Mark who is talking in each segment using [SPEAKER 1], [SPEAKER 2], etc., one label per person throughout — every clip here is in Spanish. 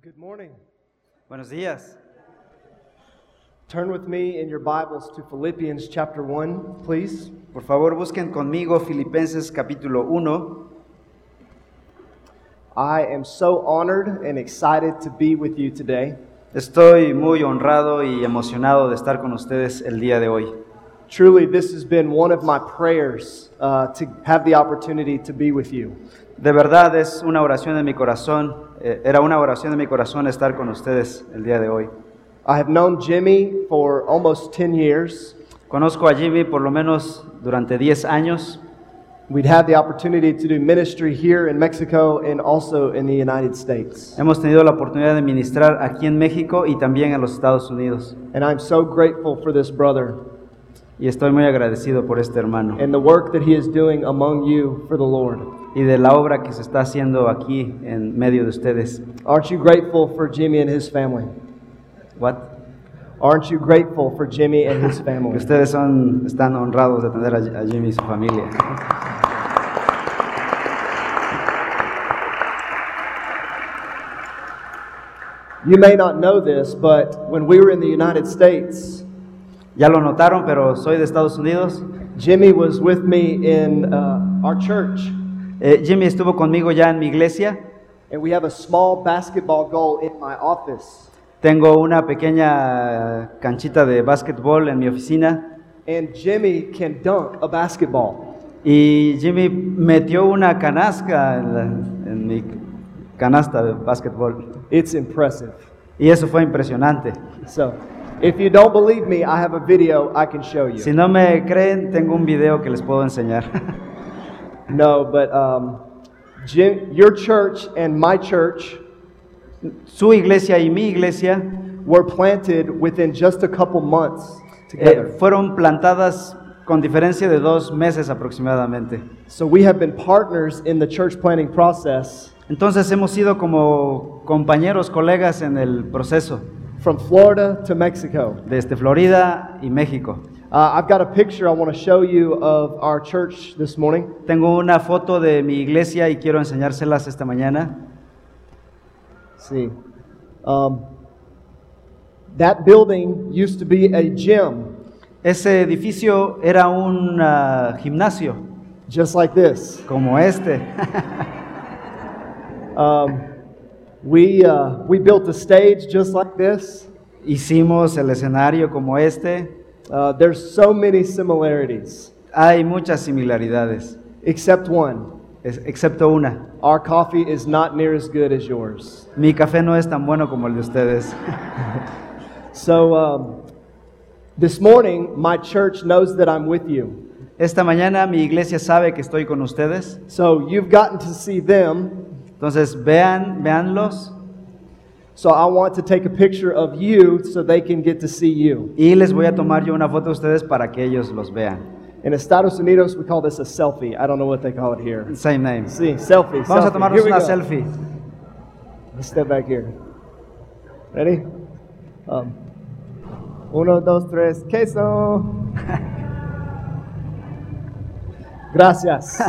[SPEAKER 1] Good morning.
[SPEAKER 2] Buenos días.
[SPEAKER 1] Turn with me in your Bibles to Philippians chapter 1, please.
[SPEAKER 2] Por favor, busquen conmigo Filipenses capítulo 1.
[SPEAKER 1] I am so honored and excited to be with you today.
[SPEAKER 2] Estoy muy honrado y emocionado de estar con ustedes el día de hoy.
[SPEAKER 1] Truly, this has been one of my prayers uh, to have the opportunity to be with you.
[SPEAKER 2] De verdad es una oración de mi corazón, eh, era una oración de mi corazón estar con ustedes el día de hoy.
[SPEAKER 1] I have known Jimmy for almost 10 years.
[SPEAKER 2] Conozco a Jimmy por lo menos durante 10 años.
[SPEAKER 1] We'd had the opportunity to do ministry here in Mexico and also in the United States.
[SPEAKER 2] Hemos tenido la oportunidad de ministrar aquí en México y también en los Estados Unidos.
[SPEAKER 1] And I'm so grateful for this brother
[SPEAKER 2] Y estoy muy agradecido por este hermano
[SPEAKER 1] and the work that he is doing among you for the Lord.
[SPEAKER 2] y de la obra que se está haciendo aquí en medio de ustedes.
[SPEAKER 1] Aren't you grateful for Jimmy and his family?
[SPEAKER 2] What?
[SPEAKER 1] Aren't you grateful for Jimmy and his family?
[SPEAKER 2] Ustedes son, están honrados de tener a, a Jimmy y su familia.
[SPEAKER 1] You may not know this, but when we were in the United States,
[SPEAKER 2] Ya lo notaron, pero soy de Estados Unidos.
[SPEAKER 1] Jimmy was with me in uh, our church,
[SPEAKER 2] Eh, Jimmy estuvo conmigo ya en mi iglesia.
[SPEAKER 1] and we have a small basketball goal in my office.
[SPEAKER 2] Tengo una pequeña canchita de básquetbol en mi oficina.
[SPEAKER 1] And Jimmy can dunk a basketball.
[SPEAKER 2] Y Jimmy metió una canasca en, la- en mi canasta de básquetbol.
[SPEAKER 1] It's impressive.
[SPEAKER 2] Y eso fue impresionante.
[SPEAKER 1] So, if you don't believe me, I have a video I can show you.
[SPEAKER 2] Si no me creen, tengo un video que les puedo enseñar.
[SPEAKER 1] No, but um, Jim, your church and my church
[SPEAKER 2] Su iglesia y mi iglesia
[SPEAKER 1] were planted within just a couple months together.
[SPEAKER 2] Eh, fueron plantadas con diferencia de dos meses aproximadamente.
[SPEAKER 1] So we have been partners in the church planning process
[SPEAKER 2] Entonces hemos sido como compañeros, colegas en el proceso
[SPEAKER 1] from Florida to Mexico.
[SPEAKER 2] desde Florida y México.
[SPEAKER 1] Uh, I've got a picture I want to show you of our church this morning.
[SPEAKER 2] Tengo una foto de mi iglesia y quiero enseñárselas esta mañana.
[SPEAKER 1] Let's see, um, that building used to be a gym,
[SPEAKER 2] Ese edificio era un ah, gimnasio
[SPEAKER 1] just like this.
[SPEAKER 2] como este.
[SPEAKER 1] Um, we uh, we built a stage just like this.
[SPEAKER 2] Hicimos el escenario como este.
[SPEAKER 1] Uh, there's so many similarities,
[SPEAKER 2] Hay muchas similaridades,
[SPEAKER 1] except one.
[SPEAKER 2] es- excepto una.
[SPEAKER 1] Our coffee is not near as good as yours.
[SPEAKER 2] Mi café no es tan bueno como el de ustedes.
[SPEAKER 1] So um, this morning, my church knows that I'm with you.
[SPEAKER 2] Esta mañana mi iglesia sabe que estoy con ustedes,
[SPEAKER 1] So you've gotten to see them.
[SPEAKER 2] entonces vean, véanlos
[SPEAKER 1] So I want to take a picture of you so they can get to see you.
[SPEAKER 2] y les voy a tomar yo una foto a ustedes para que ellos los vean.
[SPEAKER 1] In Estados Unidos, we call this a selfie. I don't know what they call it here.
[SPEAKER 2] Same name.
[SPEAKER 1] See, selfie.
[SPEAKER 2] Vamos
[SPEAKER 1] selfie.
[SPEAKER 2] a tomarnos
[SPEAKER 1] Here we
[SPEAKER 2] una
[SPEAKER 1] go.
[SPEAKER 2] selfie.
[SPEAKER 1] Let's step back here. Ready? Um, uno, dos, tres, queso. Gracias.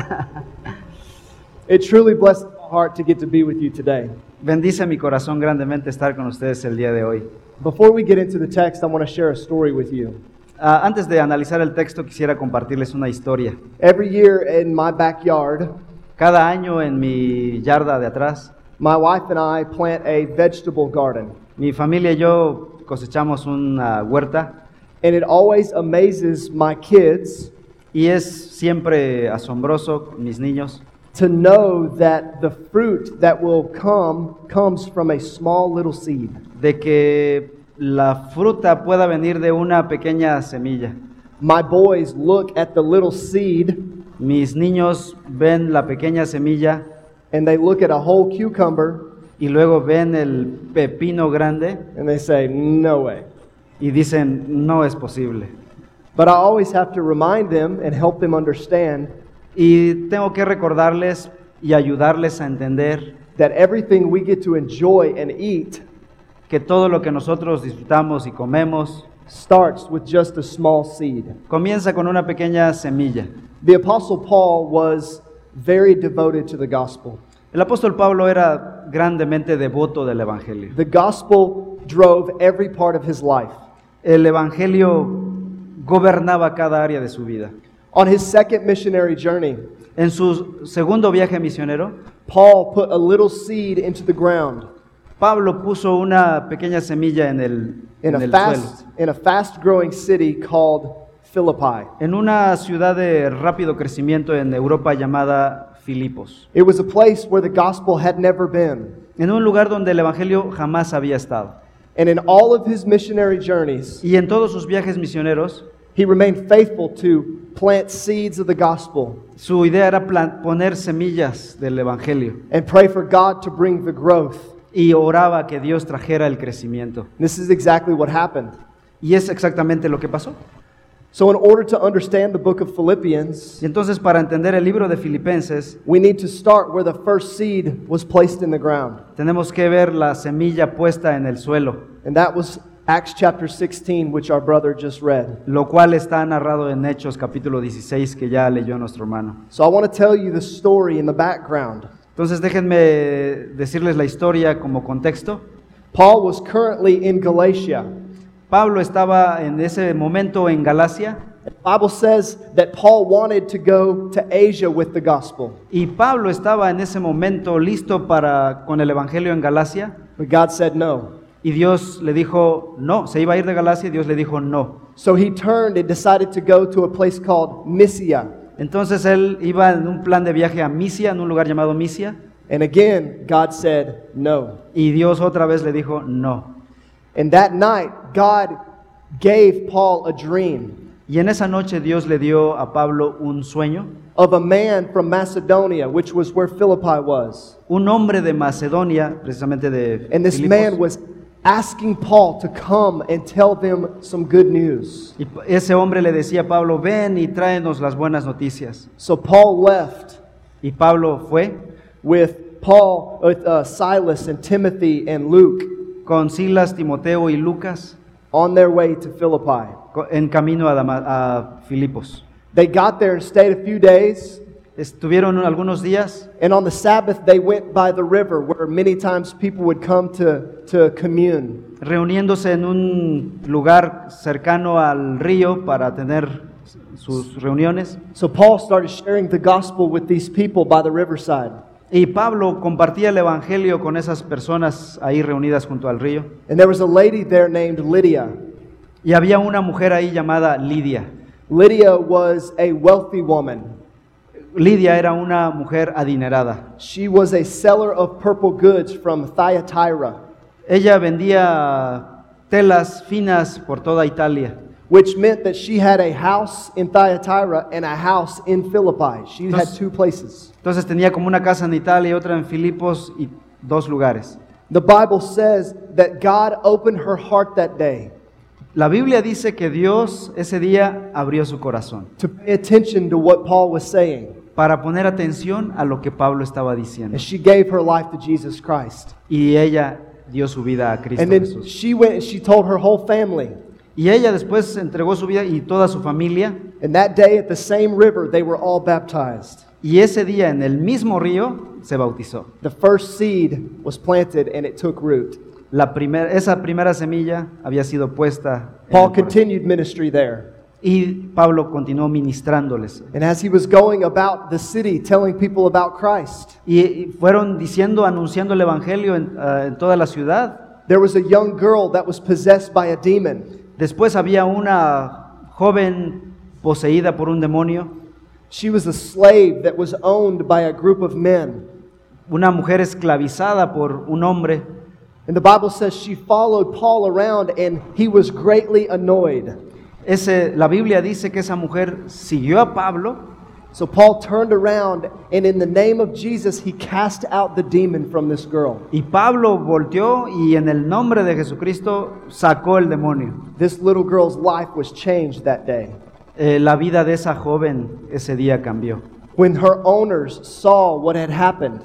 [SPEAKER 1] it truly blesses my heart to get to be with you today.
[SPEAKER 2] Bendice mi corazón grandemente estar con ustedes el día de hoy.
[SPEAKER 1] Before we get into the text, I want to share a story with you.
[SPEAKER 2] Ah, antes de analizar el texto quisiera compartirles una historia.
[SPEAKER 1] Every year in my backyard,
[SPEAKER 2] Cada año en mi yarda de atrás,
[SPEAKER 1] my wife and I plant a vegetable garden.
[SPEAKER 2] mi familia y yo cosechamos una huerta
[SPEAKER 1] And it always amazes my kids
[SPEAKER 2] y es siempre asombroso, mis niños,
[SPEAKER 1] to know that the fruit that will come comes from a small little seed.
[SPEAKER 2] de que la fruta pueda venir de una pequeña semilla.
[SPEAKER 1] My boys look at the little seed
[SPEAKER 2] Mis niños ven la pequeña semilla
[SPEAKER 1] and they look at a whole cucumber
[SPEAKER 2] y luego ven el pepino grande
[SPEAKER 1] and they say, No way.
[SPEAKER 2] y dicen, no es posible.
[SPEAKER 1] But I always have to remind them and help them understand
[SPEAKER 2] Y tengo que recordarles y ayudarles a entender
[SPEAKER 1] that everything we get to enjoy and eat
[SPEAKER 2] que todo lo que nosotros disfrutamos y comemos
[SPEAKER 1] starts with just a small seed.
[SPEAKER 2] comienza con una pequeña semilla.
[SPEAKER 1] The Apostle Paul was very devoted to the gospel.
[SPEAKER 2] El apóstol Pablo era era grandemente devoto del Evangelio.
[SPEAKER 1] The gospel drove every part of his life.
[SPEAKER 2] El Evangelio gobernaba cada área de su vida.
[SPEAKER 1] On his second missionary journey,
[SPEAKER 2] En su segundo viaje misionero,
[SPEAKER 1] Paul put a little seed into the ground
[SPEAKER 2] Pablo puso una pequeña semilla en el,
[SPEAKER 1] in
[SPEAKER 2] en
[SPEAKER 1] a
[SPEAKER 2] el
[SPEAKER 1] fast
[SPEAKER 2] suelo,
[SPEAKER 1] in a fast-growing city called Philippi.
[SPEAKER 2] en una ciudad de rápido crecimiento en Europa llamada Filipos,
[SPEAKER 1] It was a place where the gospel had never been.
[SPEAKER 2] en un lugar donde el Evangelio jamás había estado.
[SPEAKER 1] And in all of his missionary journeys,
[SPEAKER 2] Y en todos sus viajes misioneros,
[SPEAKER 1] he remained faithful to plant seeds of the gospel
[SPEAKER 2] su idea era plan- poner semillas del Evangelio
[SPEAKER 1] and pray for God to bring the growth.
[SPEAKER 2] y oraba que Dios trajera el crecimiento.
[SPEAKER 1] This is exactly what happened.
[SPEAKER 2] Y es exactamente lo que pasó.
[SPEAKER 1] So, in order to understand the book of Philippians,
[SPEAKER 2] Y entonces para entender el libro de Filipenses,
[SPEAKER 1] we need to start where the first seed was placed in the ground,
[SPEAKER 2] tenemos que ver la semilla puesta en el suelo,
[SPEAKER 1] and that was Acts chapter 16, which our brother just read.
[SPEAKER 2] lo cual está narrado en Hechos capítulo 16 que ya leyó nuestro hermano.
[SPEAKER 1] So, I want to tell you the story in the background.
[SPEAKER 2] Entonces déjenme decirles la historia como contexto.
[SPEAKER 1] Paul was currently in Galatia.
[SPEAKER 2] Pablo estaba en ese momento en Galacia
[SPEAKER 1] The Bible says that Paul wanted to go to Asia with the gospel,
[SPEAKER 2] y Pablo estaba en ese momento listo para con el evangelio en Galacia
[SPEAKER 1] but God said no.
[SPEAKER 2] y Dios le dijo no, se iba a ir de Galacia y Dios le dijo no.
[SPEAKER 1] So he turned and decided to go to a place called Mysia.
[SPEAKER 2] Entonces él iba en un plan de viaje a Misia, en un lugar llamado Misia,
[SPEAKER 1] And again, God said no.
[SPEAKER 2] y Dios otra vez le dijo no.
[SPEAKER 1] And that night, God gave Paul a dream
[SPEAKER 2] Y en esa noche Dios le dio a Pablo un sueño,
[SPEAKER 1] of a man from Macedonia, which was where Philippi was.
[SPEAKER 2] un hombre de Macedonia, precisamente de
[SPEAKER 1] And this
[SPEAKER 2] Filipos.
[SPEAKER 1] man was asking Paul to come and tell them some good news.
[SPEAKER 2] Y p- ese hombre le decía a Pablo, ven y tráenos las buenas noticias.
[SPEAKER 1] So Paul left
[SPEAKER 2] Y Pablo fue
[SPEAKER 1] with Paul, with uh, Silas and Timothy and Luke
[SPEAKER 2] con Silas, Timoteo y Lucas
[SPEAKER 1] on their way to Philippi.
[SPEAKER 2] co- en camino a, Dama- a Filipos.
[SPEAKER 1] They got there and stayed a few days.
[SPEAKER 2] Estuvieron algunos días
[SPEAKER 1] And on the Sabbath, they went by the river where many times people would come to, to commune.
[SPEAKER 2] reuniéndose en un lugar cercano al río para tener sus reuniones.
[SPEAKER 1] So Paul started sharing the gospel with these people by the riverside.
[SPEAKER 2] Y Pablo compartía el Evangelio con esas personas ahí reunidas junto al río.
[SPEAKER 1] And there was a lady there named Lydia.
[SPEAKER 2] Y había una mujer ahí llamada Lidia.
[SPEAKER 1] Lydia was a wealthy woman.
[SPEAKER 2] Lidia era una mujer adinerada.
[SPEAKER 1] She was a seller of purple goods from Thyatira,
[SPEAKER 2] Ella vendía telas finas por toda Italia.
[SPEAKER 1] which meant that she had a house in Thyatira and a house in Philippi. She had
[SPEAKER 2] Thus-
[SPEAKER 1] two places.
[SPEAKER 2] Entonces tenía como una casa en Italia y otra en Filipos y dos lugares.
[SPEAKER 1] The Bible says that God opened her heart that day
[SPEAKER 2] La Biblia dice que Dios ese día abrió su corazón
[SPEAKER 1] to pay attention to what Paul was saying,
[SPEAKER 2] para poner atención a lo que Pablo estaba diciendo.
[SPEAKER 1] and she gave her life to Jesus Christ.
[SPEAKER 2] Y ella dio su vida a Cristo
[SPEAKER 1] And then
[SPEAKER 2] Jesús.
[SPEAKER 1] she went and she told her whole family.
[SPEAKER 2] Y ella después entregó su vida y toda su familia.
[SPEAKER 1] And that day at the same river, they were all baptized.
[SPEAKER 2] Y ese día en el mismo río se bautizó.
[SPEAKER 1] The first seed was planted and it took root.
[SPEAKER 2] La primer- esa primera semilla había sido puesta. en
[SPEAKER 1] Paul
[SPEAKER 2] el corazón.
[SPEAKER 1] continued ministry there.
[SPEAKER 2] y Pablo continuó ministrándoles.
[SPEAKER 1] And as he was going about the city telling people about Christ,
[SPEAKER 2] Y, y fueron diciendo, anunciando el Evangelio en, ah, en toda la ciudad.
[SPEAKER 1] there was a young girl that was possessed by a demon.
[SPEAKER 2] Después había una joven poseída por un demonio,
[SPEAKER 1] She was a slave that was owned by a group of men.
[SPEAKER 2] una mujer esclavizada por un hombre.
[SPEAKER 1] And the Bible says she followed Paul around and he was greatly annoyed.
[SPEAKER 2] Ese, la Biblia dice que esa mujer siguió a Pablo
[SPEAKER 1] So Paul turned around and in the name of Jesus, he cast out the demon from this girl.
[SPEAKER 2] y Pablo volteó y en el nombre de Jesucristo sacó el demonio.
[SPEAKER 1] This little girl's life was changed that day.
[SPEAKER 2] Eh, la vida de esa joven ese día cambió.
[SPEAKER 1] When her owners saw what had happened,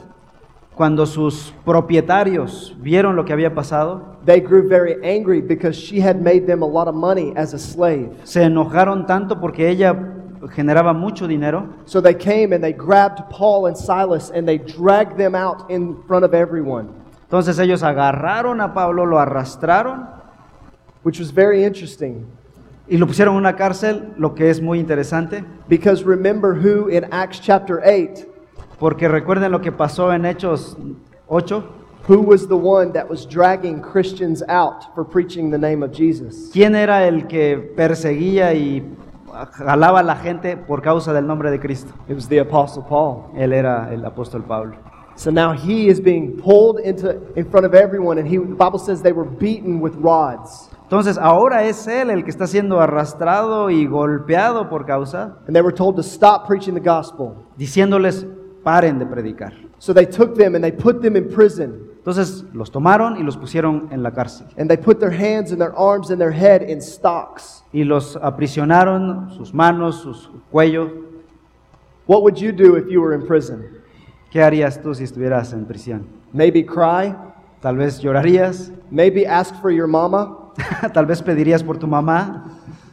[SPEAKER 2] Cuando sus propietarios vieron lo que había pasado,
[SPEAKER 1] they grew very angry because she had made them a lot of money as a slave.
[SPEAKER 2] se enojaron tanto porque ella generaba mucho dinero.
[SPEAKER 1] So they came and they grabbed Paul and Silas and they dragged them out in front of everyone,
[SPEAKER 2] Entonces ellos agarraron a Pablo, lo arrastraron
[SPEAKER 1] which was very interesting
[SPEAKER 2] y lo pusieron en una cárcel, lo que es muy interesante,
[SPEAKER 1] because remember who in Acts chapter 8
[SPEAKER 2] porque recuerden lo que pasó en Hechos 8.
[SPEAKER 1] who was the one that was dragging Christians out for preaching the name of Jesus?
[SPEAKER 2] ¿Quién era el que perseguía y jalaba a la gente por causa del nombre de Cristo?
[SPEAKER 1] It was the apostle Paul.
[SPEAKER 2] Él era el apóstol Pablo.
[SPEAKER 1] So now he is being pulled into in front of everyone and he the Bible says they were beaten with rods
[SPEAKER 2] Entonces ahora es él el que está siendo arrastrado y golpeado por causa,
[SPEAKER 1] and they were told to stop preaching the gospel.
[SPEAKER 2] diciéndoles paren de predicar.
[SPEAKER 1] So they took them and they put them in prison
[SPEAKER 2] Entonces los tomaron y los pusieron en la cárcel.
[SPEAKER 1] and they put their hands and their arms and their head in stocks.
[SPEAKER 2] Y los aprisionaron, sus manos, sus cuellos.
[SPEAKER 1] What would you do if you were in prison?
[SPEAKER 2] ¿Qué harías tú si estuvieras en prisión?
[SPEAKER 1] Maybe cry,
[SPEAKER 2] Tal vez llorarías,
[SPEAKER 1] maybe ask for your mama,
[SPEAKER 2] tal vez pedirías por tu mamá,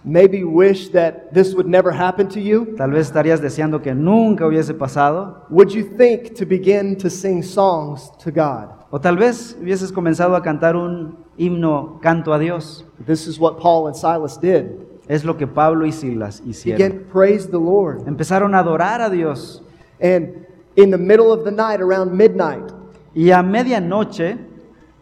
[SPEAKER 1] maybe wish that this would never happen to you.
[SPEAKER 2] tal vez estarías deseando que nunca hubiese pasado.
[SPEAKER 1] Would you think to begin to sing songs to God?
[SPEAKER 2] O tal vez hubieses comenzado a cantar un himno, canto a Dios.
[SPEAKER 1] This is what Paul and Silas did.
[SPEAKER 2] Es lo que Pablo y Silas hicieron.
[SPEAKER 1] Begin praise the Lord.
[SPEAKER 2] Empezaron a adorar a Dios.
[SPEAKER 1] And in the middle of the night, around midnight,
[SPEAKER 2] Y a medianoche,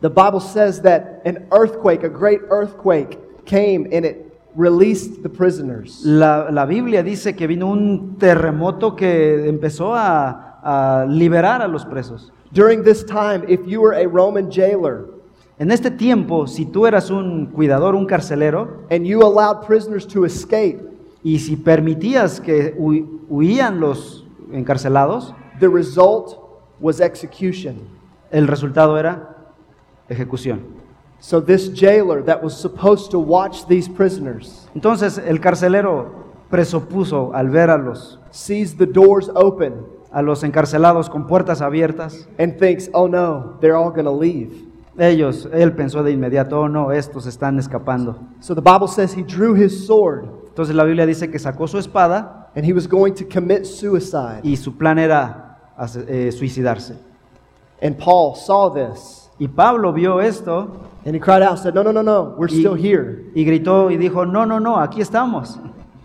[SPEAKER 1] the Bible says that an earthquake, a great earthquake, came and it released the prisoners.
[SPEAKER 2] la, la Biblia dice que vino un terremoto que empezó a, a liberar a los presos.
[SPEAKER 1] During this time, if you were a Roman jailer
[SPEAKER 2] En este tiempo, si tú eras un cuidador, un carcelero,
[SPEAKER 1] and you allowed prisoners to escape,
[SPEAKER 2] y si permitías que hu- huían los encarcelados,
[SPEAKER 1] the result was execution.
[SPEAKER 2] el resultado era ejecución.
[SPEAKER 1] So, this jailer that was supposed to watch these prisoners
[SPEAKER 2] Entonces el carcelero presupuso al ver a los,
[SPEAKER 1] sees the doors open
[SPEAKER 2] a los encarcelados con puertas abiertas.
[SPEAKER 1] and thinks, oh no, they're all going to leave.
[SPEAKER 2] Ellos, él pensó de inmediato, oh no, estos están escapando.
[SPEAKER 1] So, the Bible says he drew his sword
[SPEAKER 2] Entonces la Biblia dice que sacó su espada
[SPEAKER 1] and he was going to commit suicide.
[SPEAKER 2] y su plan era hace- eh, suicidarse.
[SPEAKER 1] And Paul saw this
[SPEAKER 2] Y Pablo vio esto
[SPEAKER 1] and he cried out, said, No, no, no, no, we're
[SPEAKER 2] Ye-
[SPEAKER 1] still here.
[SPEAKER 2] y gritó y dijo, no, no, no, aquí estamos.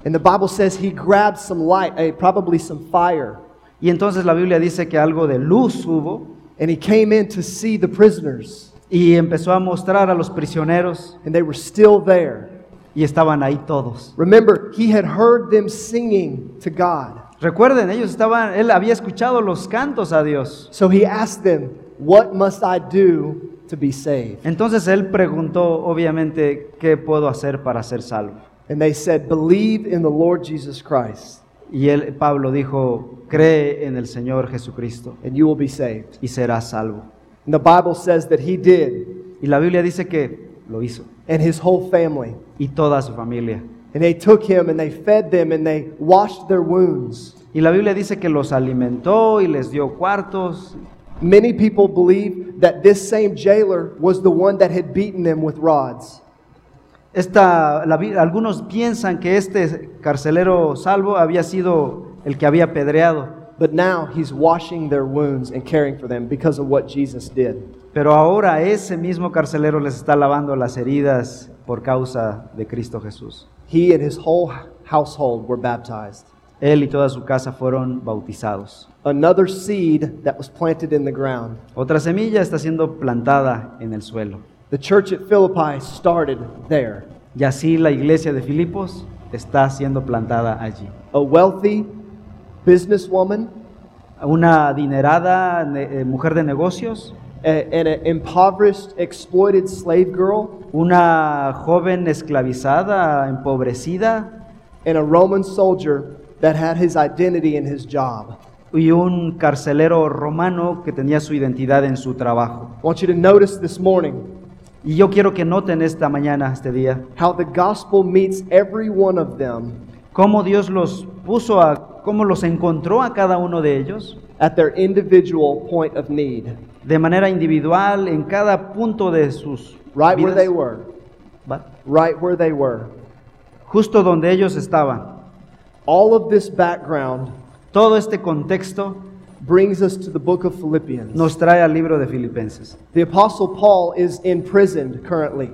[SPEAKER 1] And the Bible says he grabbed some light, eh, probably some fire,
[SPEAKER 2] Y entonces la Biblia dice que algo de luz hubo
[SPEAKER 1] and he came in to see the prisoners,
[SPEAKER 2] y empezó a mostrar a los prisioneros
[SPEAKER 1] and they were still there.
[SPEAKER 2] y estaban ahí todos.
[SPEAKER 1] Remember, he had heard them singing to God.
[SPEAKER 2] Recuerden, ellos estaban, él había escuchado los cantos a Dios.
[SPEAKER 1] So he asked them, What must I do to be saved?
[SPEAKER 2] Entonces él preguntó, obviamente, ¿qué puedo hacer para ser salvo?
[SPEAKER 1] And they said, Believe in the Lord Jesus Christ,
[SPEAKER 2] Y él, Pablo dijo, cree en el Señor Jesucristo
[SPEAKER 1] and you will be saved.
[SPEAKER 2] y serás salvo.
[SPEAKER 1] And the Bible says that he did,
[SPEAKER 2] Y la Biblia dice que lo hizo
[SPEAKER 1] and his whole family.
[SPEAKER 2] y toda su familia.
[SPEAKER 1] And they took him and they fed them and they washed their wounds.
[SPEAKER 2] Y la Biblia dice que los alimentó y les dio cuartos.
[SPEAKER 1] Many people believe that this same jailer was the one that had beaten them with rods.
[SPEAKER 2] Esta, la Bi- algunos piensan que este carcelero salvo había sido el que había apedreado.
[SPEAKER 1] But now he's washing their wounds and caring for them because of what Jesus did.
[SPEAKER 2] Pero ahora ese mismo carcelero les está lavando las heridas por causa de Cristo Jesús.
[SPEAKER 1] He and his whole household were baptized.
[SPEAKER 2] Él y toda su casa fueron bautizados.
[SPEAKER 1] Another seed that was planted in the ground.
[SPEAKER 2] Otra semilla está siendo plantada en el suelo.
[SPEAKER 1] The church at Philippi started there.
[SPEAKER 2] Y así la iglesia de Filipos está siendo plantada allí.
[SPEAKER 1] A wealthy businesswoman
[SPEAKER 2] Una adinerada ne- eh, mujer de negocios,
[SPEAKER 1] a- and an impoverished, exploited slave girl
[SPEAKER 2] una joven esclavizada, empobrecida,
[SPEAKER 1] and a Roman soldier that had his identity in his job.
[SPEAKER 2] y un carcelero romano que tenía su identidad en su trabajo.
[SPEAKER 1] I want you to notice this morning
[SPEAKER 2] Y yo quiero que noten esta mañana, este día,
[SPEAKER 1] how the gospel meets every one of them
[SPEAKER 2] cómo Dios los puso a, cómo los encontró a cada uno de ellos,
[SPEAKER 1] at their individual point of need,
[SPEAKER 2] de manera individual, en cada punto de sus
[SPEAKER 1] right where
[SPEAKER 2] vidas,
[SPEAKER 1] they were,
[SPEAKER 2] Va-
[SPEAKER 1] right where they were.
[SPEAKER 2] justo donde ellos estaban.
[SPEAKER 1] All of this background
[SPEAKER 2] Todo este contexto
[SPEAKER 1] brings us to the book of Philippians.
[SPEAKER 2] nos trae al libro de Filipenses.
[SPEAKER 1] The Apostle Paul is imprisoned currently,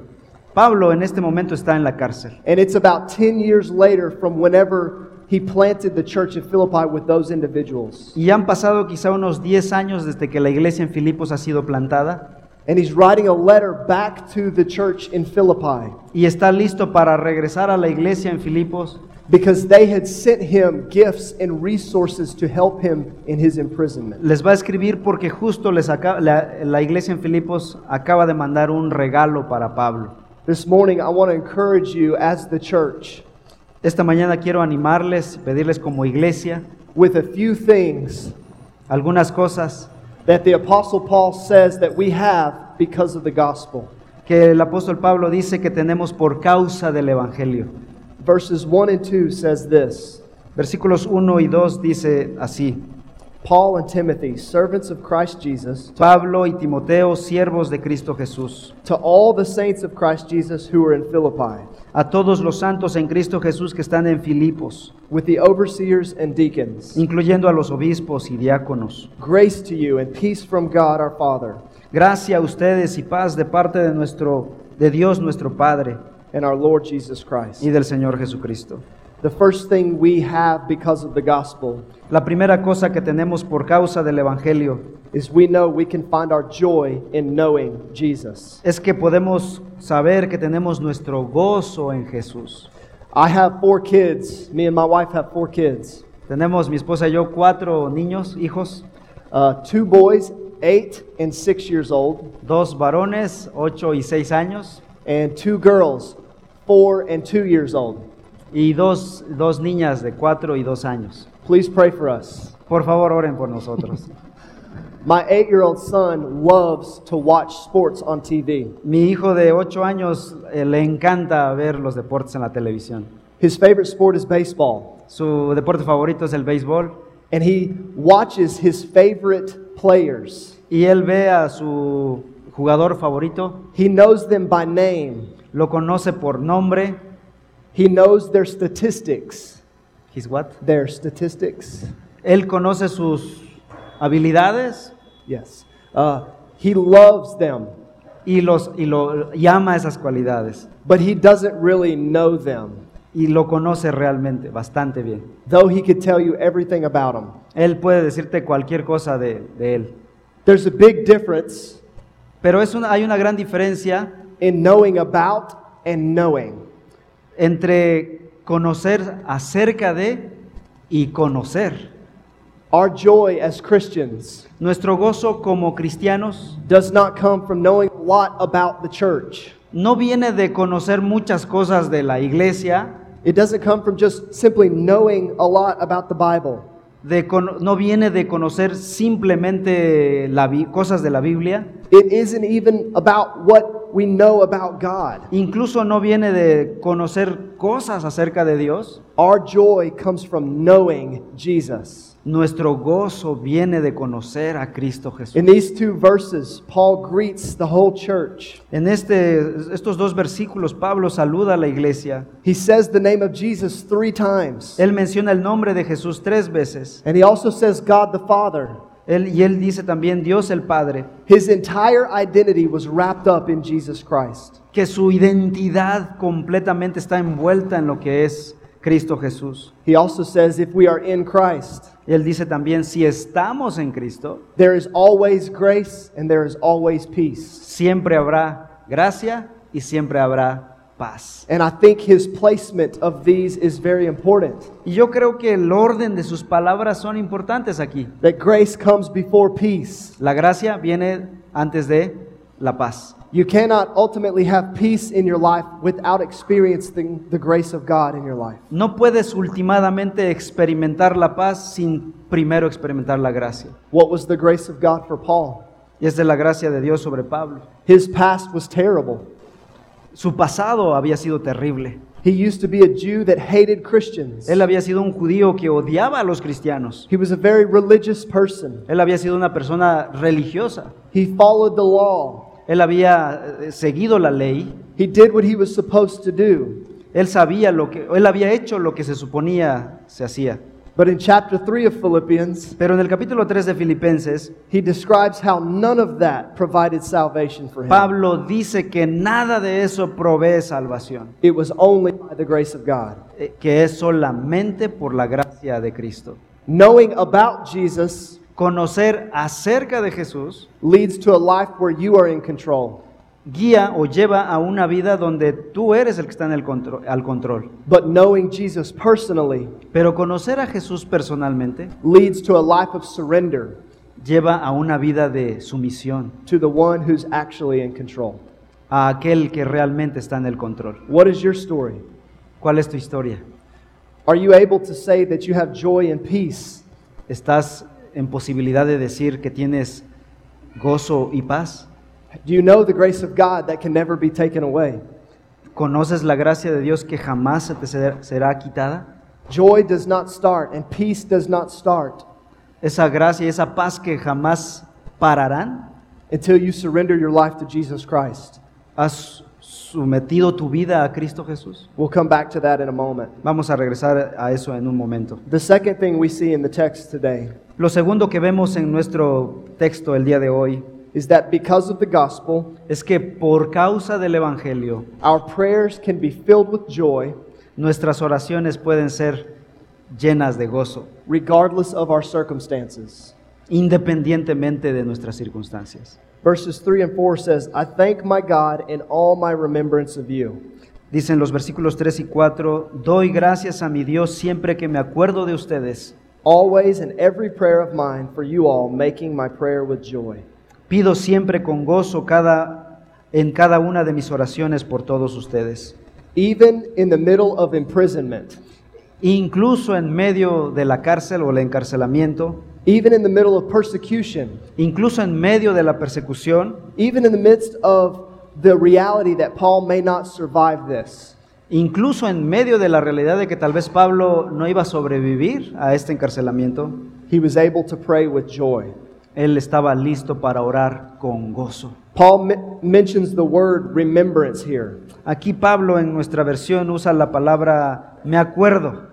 [SPEAKER 2] Pablo en este momento está en la cárcel.
[SPEAKER 1] and it's about 10 years later from whenever he planted the church in Philippi with those individuals.
[SPEAKER 2] Y han pasado quizá unos 10 años desde que la iglesia en Filipos ha sido plantada
[SPEAKER 1] And he's writing a letter back to the church in Philippi
[SPEAKER 2] y está listo para regresar a la iglesia en Filipos
[SPEAKER 1] because they had sent him gifts and resources to help him in his imprisonment.
[SPEAKER 2] Les va a escribir porque justo les aca- la, la iglesia en Filipos acaba de mandar un regalo para Pablo.
[SPEAKER 1] This morning, I want to encourage you as the church
[SPEAKER 2] Esta mañana quiero animarles, pedirles como iglesia
[SPEAKER 1] with a few things
[SPEAKER 2] algunas cosas
[SPEAKER 1] that the Apostle Paul says that we have because of the gospel.
[SPEAKER 2] que el apóstol Pablo dice que tenemos por causa del Evangelio.
[SPEAKER 1] Verses 1 and 2 says this
[SPEAKER 2] Versículos 1 y 2 dice así,
[SPEAKER 1] Paul and Timothy, servants of Christ Jesus,
[SPEAKER 2] Pablo y Timoteo, siervos de Cristo Jesús,
[SPEAKER 1] to all the saints of Christ Jesus who are in Philippi,
[SPEAKER 2] a todos los santos en Cristo Jesús que están en Filipos,
[SPEAKER 1] with the overseers and deacons,
[SPEAKER 2] incluyendo a los obispos y diáconos.
[SPEAKER 1] grace to you and peace from God our Father
[SPEAKER 2] Gracia a ustedes y paz de parte de nuestro de Dios nuestro Padre
[SPEAKER 1] and our Lord Jesus Christ.
[SPEAKER 2] y del Señor Jesucristo.
[SPEAKER 1] The first thing we have because of the gospel
[SPEAKER 2] La primera cosa que tenemos por causa del evangelio
[SPEAKER 1] is we know we can find our joy in knowing Jesus.
[SPEAKER 2] es que podemos saber que tenemos nuestro gozo en Jesús.
[SPEAKER 1] I have four kids. Me and my wife have four kids.
[SPEAKER 2] Tenemos mi esposa y yo cuatro niños, hijos,
[SPEAKER 1] Uh, two boys, eight and six years old,
[SPEAKER 2] dos varones, ocho y seis años,
[SPEAKER 1] and two girls, four and two years old.
[SPEAKER 2] y dos, dos niñas de cuatro y dos años.
[SPEAKER 1] Please pray for us.
[SPEAKER 2] Por favor, oren por nosotros.
[SPEAKER 1] My eight year old son loves to watch sports on TV.
[SPEAKER 2] Mi hijo de ocho años eh, le encanta ver los deportes en la televisión.
[SPEAKER 1] His favorite sport is baseball,
[SPEAKER 2] Su deporte favorito es el béisbol
[SPEAKER 1] and he watches his favorite players.
[SPEAKER 2] y él ve a su jugador favorito,
[SPEAKER 1] He knows them by name,
[SPEAKER 2] lo conoce por nombre.
[SPEAKER 1] he knows their statistics.
[SPEAKER 2] His what?
[SPEAKER 1] Their statistics?
[SPEAKER 2] Él conoce sus habilidades
[SPEAKER 1] Yes. Uh, he loves them,
[SPEAKER 2] y los y lo y ama esas cualidades
[SPEAKER 1] but he doesn't really know them,
[SPEAKER 2] y lo conoce realmente bastante bien.
[SPEAKER 1] though he could tell you everything about them.
[SPEAKER 2] Él puede decirte cualquier cosa de, de él,
[SPEAKER 1] There's a big difference
[SPEAKER 2] pero es una- hay una gran diferencia
[SPEAKER 1] in knowing about and knowing.
[SPEAKER 2] entre conocer acerca de y conocer.
[SPEAKER 1] Our joy as Christians
[SPEAKER 2] Nuestro gozo como cristianos
[SPEAKER 1] does not come from knowing a lot about the church.
[SPEAKER 2] no viene de conocer muchas cosas de la iglesia,
[SPEAKER 1] It doesn't come from just simply knowing a lot about the Bible.
[SPEAKER 2] de cono- no viene de conocer simplemente la bi- cosas de la Biblia,
[SPEAKER 1] It isn't even about what we know about God.
[SPEAKER 2] incluso no viene de conocer cosas acerca de Dios.
[SPEAKER 1] Our joy comes from knowing Jesus.
[SPEAKER 2] Nuestro gozo viene de conocer a Cristo Jesús.
[SPEAKER 1] In these two verses, Paul greets the whole church.
[SPEAKER 2] En este, estos dos versículos, Pablo saluda a la iglesia.
[SPEAKER 1] He says the name of Jesus three times,
[SPEAKER 2] Él menciona el nombre de Jesús tres veces.
[SPEAKER 1] and he also says God the Father.
[SPEAKER 2] Él, y él dice también Dios el Padre,
[SPEAKER 1] His entire identity was wrapped up in Jesus Christ.
[SPEAKER 2] que su identidad completamente está envuelta en lo que es Cristo Jesús.
[SPEAKER 1] He also says, if we are in Christ,
[SPEAKER 2] Él dice también, si estamos en Cristo,
[SPEAKER 1] there is always grace and there is always peace.
[SPEAKER 2] siempre habrá gracia y siempre habrá paz.
[SPEAKER 1] And I think his placement of these is very important.
[SPEAKER 2] Y yo creo que el orden de sus palabras son importantes aquí.
[SPEAKER 1] That grace comes before peace.
[SPEAKER 2] La gracia viene antes de la paz.
[SPEAKER 1] You cannot ultimately have peace in your life without experiencing the grace of God in your life.
[SPEAKER 2] No puedes ultimadamente experimentar la paz sin primero experimentar la gracia.
[SPEAKER 1] What was the grace of God for Paul?
[SPEAKER 2] Y es de la gracia de Dios sobre Pablo.
[SPEAKER 1] His past was terrible.
[SPEAKER 2] Su pasado había sido terrible.
[SPEAKER 1] He used to be a Jew that hated Christians.
[SPEAKER 2] Él había sido un judío que odiaba a los cristianos.
[SPEAKER 1] He was a very religious person.
[SPEAKER 2] Él había sido una persona religiosa.
[SPEAKER 1] He followed the law.
[SPEAKER 2] Él había eh, seguido la ley,
[SPEAKER 1] He did what he was supposed to do.
[SPEAKER 2] Él sabía lo que, él había hecho lo que se suponía se hacía.
[SPEAKER 1] But in chapter 3 of Philippians,
[SPEAKER 2] Pero en el capítulo 3 de Filipenses,
[SPEAKER 1] he describes how none of that provided salvation for him.
[SPEAKER 2] Pablo dice que nada de eso provee salvación,
[SPEAKER 1] It was only by the grace of God.
[SPEAKER 2] eh, que es solamente por la gracia de Cristo.
[SPEAKER 1] Knowing about Jesus
[SPEAKER 2] Conocer acerca de Jesús
[SPEAKER 1] leads to a life where you are in control,
[SPEAKER 2] guía o lleva a una vida donde tú eres el que está en el contro- al control.
[SPEAKER 1] but knowing Jesus personally
[SPEAKER 2] Pero conocer a Jesús personalmente
[SPEAKER 1] leads to a life of surrender
[SPEAKER 2] lleva a una vida de sumisión
[SPEAKER 1] to the one who's actually in control.
[SPEAKER 2] a aquel que realmente está en el control.
[SPEAKER 1] What is your story?
[SPEAKER 2] ¿Cuál es tu historia?
[SPEAKER 1] Are you able to say that you have joy and peace
[SPEAKER 2] ¿Estás en posibilidad de decir que tienes gozo y paz?
[SPEAKER 1] Do you know the grace of God that can never be taken away?
[SPEAKER 2] ¿Conoces la gracia de Dios que jamás se te será- será quitada?
[SPEAKER 1] Joy does not start and peace does not start
[SPEAKER 2] Esa gracia y esa paz que jamás pararán.
[SPEAKER 1] until you surrender your life to Jesus Christ.
[SPEAKER 2] ¿Has sometido tu vida a Cristo Jesús?
[SPEAKER 1] We'll come back to that in a moment.
[SPEAKER 2] Vamos a regresar a eso en un momento.
[SPEAKER 1] The second thing we see in the text today
[SPEAKER 2] Lo segundo que vemos en nuestro texto el día de hoy
[SPEAKER 1] is that because of the gospel,
[SPEAKER 2] es que por causa del Evangelio
[SPEAKER 1] our prayers can be filled with joy
[SPEAKER 2] nuestras oraciones pueden ser llenas de gozo,
[SPEAKER 1] regardless of our circumstances.
[SPEAKER 2] independientemente de nuestras circunstancias.
[SPEAKER 1] Verses 3 and 4 says, I thank my God in all my remembrance of you.
[SPEAKER 2] Dicen los versículos 3 y 4, doy gracias a mi Dios siempre que me acuerdo de ustedes.
[SPEAKER 1] Always in every prayer of mine for you all, making my prayer with joy.
[SPEAKER 2] Pido siempre con gozo cada, en cada una de mis oraciones por todos ustedes.
[SPEAKER 1] even in the middle of imprisonment,
[SPEAKER 2] Incluso en medio de la cárcel o el encarcelamiento,
[SPEAKER 1] even in the middle of persecution,
[SPEAKER 2] incluso en medio de la persecución,
[SPEAKER 1] even in the midst of the reality that Paul may not survive this.
[SPEAKER 2] incluso en medio de la realidad de que tal vez Pablo no iba a sobrevivir a este encarcelamiento,
[SPEAKER 1] He was able to pray with joy.
[SPEAKER 2] Él estaba listo para orar con gozo.
[SPEAKER 1] Paul m- mentions the word remembrance here
[SPEAKER 2] Aquí Pablo en nuestra versión usa la palabra me acuerdo,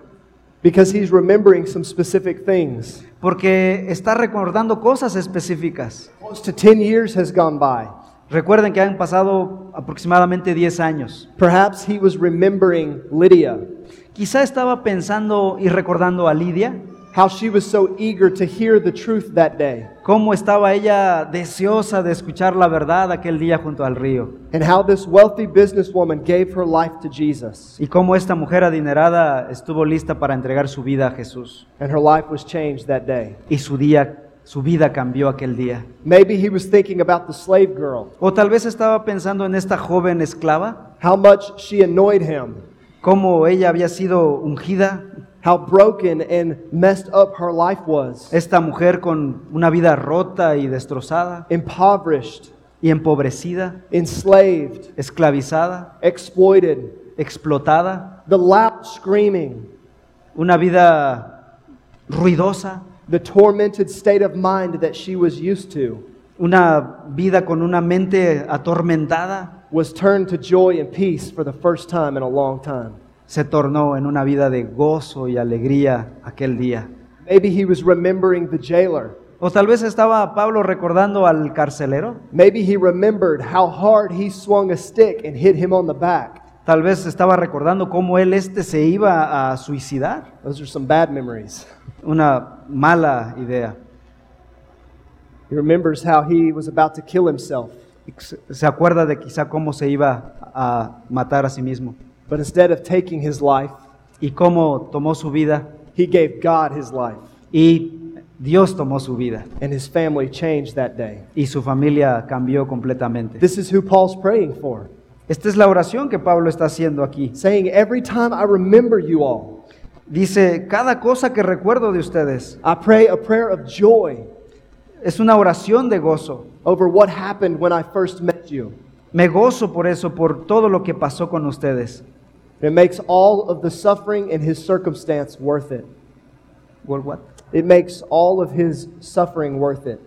[SPEAKER 1] because he's remembering some specific things.
[SPEAKER 2] porque está recordando cosas específicas.
[SPEAKER 1] Close to 10 years has gone by.
[SPEAKER 2] Recuerden que han pasado aproximadamente 10 años.
[SPEAKER 1] Perhaps he was remembering Lydia,
[SPEAKER 2] Quizá estaba pensando y recordando a Lidia,
[SPEAKER 1] how she was so eager to hear the truth that day,
[SPEAKER 2] cómo estaba ella deseosa de escuchar la verdad aquel día junto al río,
[SPEAKER 1] and how this wealthy businesswoman gave her life to Jesus,
[SPEAKER 2] y cómo esta mujer adinerada estuvo lista para entregar su vida a Jesús.
[SPEAKER 1] and her life was changed that day.
[SPEAKER 2] Y su, día, su vida cambió aquel día.
[SPEAKER 1] Maybe he was thinking about the slave girl,
[SPEAKER 2] O tal vez estaba pensando en esta joven esclava,
[SPEAKER 1] how much she annoyed him,
[SPEAKER 2] cómo ella había sido ungida,
[SPEAKER 1] how broken and messed up her life was,
[SPEAKER 2] esta mujer con una vida rota y destrozada
[SPEAKER 1] impoverished,
[SPEAKER 2] y empobrecida,
[SPEAKER 1] enslaved,
[SPEAKER 2] esclavizada,
[SPEAKER 1] exploited,
[SPEAKER 2] explotada,
[SPEAKER 1] the loud screaming,
[SPEAKER 2] una vida ruidosa,
[SPEAKER 1] the tormented state of mind that she was used to
[SPEAKER 2] una vida con una mente atormentada,
[SPEAKER 1] was turned to joy and peace for the first time in a long time.
[SPEAKER 2] se tornó en una vida de gozo y alegría aquel día.
[SPEAKER 1] Maybe he was remembering the jailer.
[SPEAKER 2] O tal vez estaba Pablo recordando al carcelero,
[SPEAKER 1] Maybe he remembered how hard he swung a stick and hit him on the back.
[SPEAKER 2] tal vez estaba recordando cómo él este se iba a suicidar.
[SPEAKER 1] Those are some bad memories.
[SPEAKER 2] una mala idea.
[SPEAKER 1] He remembers how he was about to kill himself,
[SPEAKER 2] Se acuerda de quizá cómo se iba a matar a sí mismo
[SPEAKER 1] but instead of taking his life,
[SPEAKER 2] y cómo tomó su vida
[SPEAKER 1] he gave God his life,
[SPEAKER 2] y Dios tomó su vida
[SPEAKER 1] and his family changed that day.
[SPEAKER 2] y su familia cambió completamente.
[SPEAKER 1] This is who Paul's praying for,
[SPEAKER 2] Esta es la oración que Pablo está haciendo aquí.
[SPEAKER 1] saying, Every time I remember you all,
[SPEAKER 2] Dice, cada cosa que recuerdo de ustedes
[SPEAKER 1] I pray a prayer of joy
[SPEAKER 2] es una oración de gozo.
[SPEAKER 1] over what happened when I first met you.
[SPEAKER 2] Me gozo por eso, por todo lo que pasó con ustedes.
[SPEAKER 1] It makes all of the suffering in his circumstance worth it.
[SPEAKER 2] Well, what?
[SPEAKER 1] It makes all of his suffering worth it.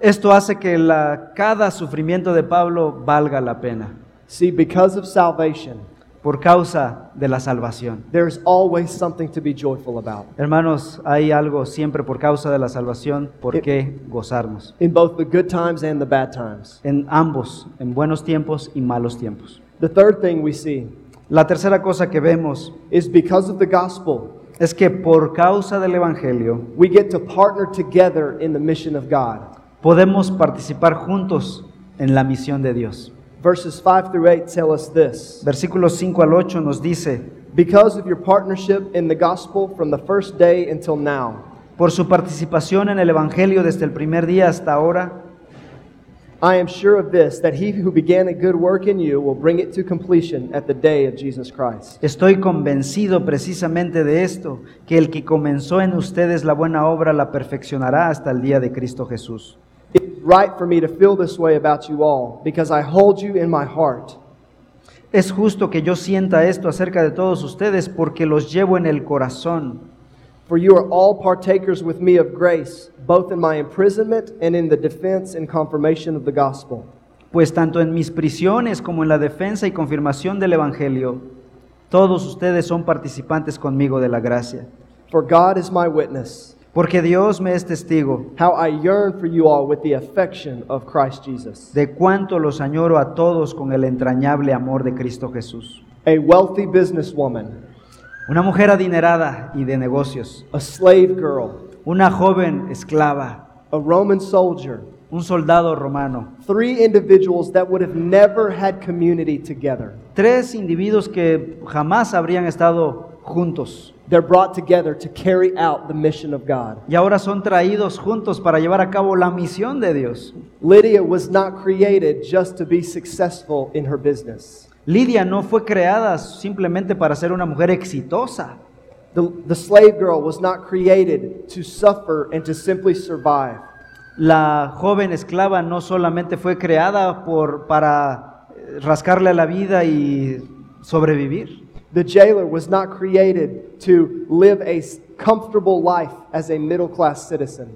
[SPEAKER 2] Esto hace que la- cada sufrimiento de Pablo valga la pena.
[SPEAKER 1] See, because of salvation,
[SPEAKER 2] por causa de la salvación.
[SPEAKER 1] There is always something to be joyful about
[SPEAKER 2] Hermanos, hay algo siempre por causa de la salvación por qué gozarnos.
[SPEAKER 1] in both the good times and the bad times.
[SPEAKER 2] En ambos, en buenos tiempos y malos tiempos.
[SPEAKER 1] The third thing we see
[SPEAKER 2] La tercera cosa que vemos
[SPEAKER 1] is because of the gospel,
[SPEAKER 2] es que por causa del Evangelio
[SPEAKER 1] we get to partner together in the mission of God.
[SPEAKER 2] podemos participar juntos en la misión de Dios.
[SPEAKER 1] Verses 5 through 8 tell us this
[SPEAKER 2] Versículos 5 al 8 nos dice,
[SPEAKER 1] Because of your partnership in the gospel from the first day until now,
[SPEAKER 2] por su participación en el Evangelio desde el primer día hasta ahora,
[SPEAKER 1] I am sure of this, that he who began a good work in you will bring it to completion at the day of Jesus Christ.
[SPEAKER 2] estoy convencido precisamente de esto, que el que comenzó en ustedes la buena obra la perfeccionará hasta el día de Cristo Jesús.
[SPEAKER 1] It is right for me to feel this way about you all, because I hold you in my heart.
[SPEAKER 2] Es justo que yo sienta esto acerca de todos ustedes porque los llevo en el corazón,
[SPEAKER 1] For you are all partakers with me of grace, both in my imprisonment and in the defense and confirmation of the gospel.
[SPEAKER 2] pues tanto en mis prisiones como en la defensa y confirmación del Evangelio, todos ustedes son participantes conmigo de la gracia.
[SPEAKER 1] For God is my witness,
[SPEAKER 2] Porque Dios me es testigo
[SPEAKER 1] how I yearn for you all with the affection of Christ Jesus.
[SPEAKER 2] de cuánto los añoro a todos con el entrañable amor de Cristo Jesús.
[SPEAKER 1] A wealthy businesswoman,
[SPEAKER 2] Una mujer adinerada y de negocios,
[SPEAKER 1] a slave girl,
[SPEAKER 2] una joven esclava,
[SPEAKER 1] a Roman soldier,
[SPEAKER 2] un soldado romano,
[SPEAKER 1] three individuals that would have never had community together.
[SPEAKER 2] tres individuos que jamás habrían estado juntos
[SPEAKER 1] They're brought together to carry out the mission of God.
[SPEAKER 2] y ahora son traídos juntos para llevar a cabo la misión de Dios.
[SPEAKER 1] Lydia was not created just to be successful in her business.
[SPEAKER 2] Lidia no fue creada simplemente para ser una mujer exitosa.
[SPEAKER 1] The, the slave girl was not created to suffer and to simply survive.
[SPEAKER 2] La joven esclava no solamente fue creada por, para eh, rascarle la vida y sobrevivir.
[SPEAKER 1] The jailer was not created to live a s- comfortable life as a middle class citizen.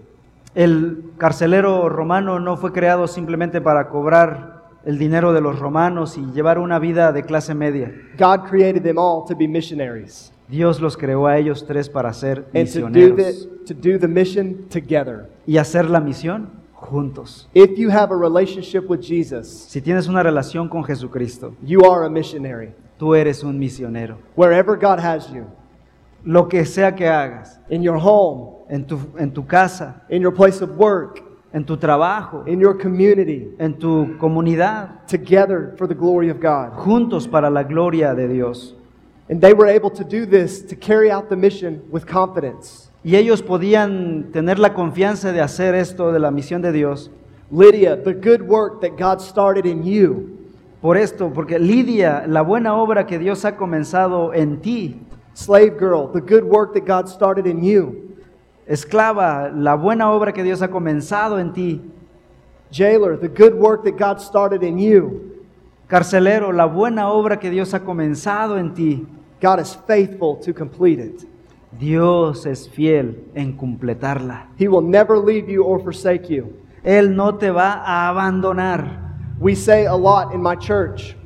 [SPEAKER 2] El carcelero romano no fue creado simplemente para cobrar el dinero de los romanos y llevar una vida de clase media.
[SPEAKER 1] God created them all to be missionaries
[SPEAKER 2] Dios los creó a ellos tres para ser
[SPEAKER 1] and to do,
[SPEAKER 2] misioneros
[SPEAKER 1] the, to do the mission together.
[SPEAKER 2] y hacer la misión juntos.
[SPEAKER 1] If you have a relationship with Jesus,
[SPEAKER 2] Si tienes una relación con Jesucristo,
[SPEAKER 1] you are a missionary.
[SPEAKER 2] tú eres un misionero.
[SPEAKER 1] Wherever God has you,
[SPEAKER 2] Lo que sea que hagas,
[SPEAKER 1] in your home,
[SPEAKER 2] en tu, en tu casa,
[SPEAKER 1] in your place of work,
[SPEAKER 2] en tu trabajo,
[SPEAKER 1] in your community,
[SPEAKER 2] en tu comunidad,
[SPEAKER 1] together for the glory of God.
[SPEAKER 2] juntos para la gloria de Dios.
[SPEAKER 1] And they were able to do this to carry out the mission with confidence.
[SPEAKER 2] Y ellos podían tener la confianza de hacer esto de la misión de Dios.
[SPEAKER 1] Lydia, the good work that God started in you,
[SPEAKER 2] Por esto, porque Lidia, la buena obra que Dios ha comenzado en ti,
[SPEAKER 1] slave girl, the good work that God started in you,
[SPEAKER 2] esclava, la buena obra que Dios ha comenzado en ti,
[SPEAKER 1] jailer, the good work that God started in you.
[SPEAKER 2] carcelero, la buena obra que Dios ha comenzado en ti,
[SPEAKER 1] God is faithful to complete it.
[SPEAKER 2] Dios es fiel en completarla.
[SPEAKER 1] He will never leave you or forsake you.
[SPEAKER 2] Él no te va a abandonar.
[SPEAKER 1] We say a lot in my church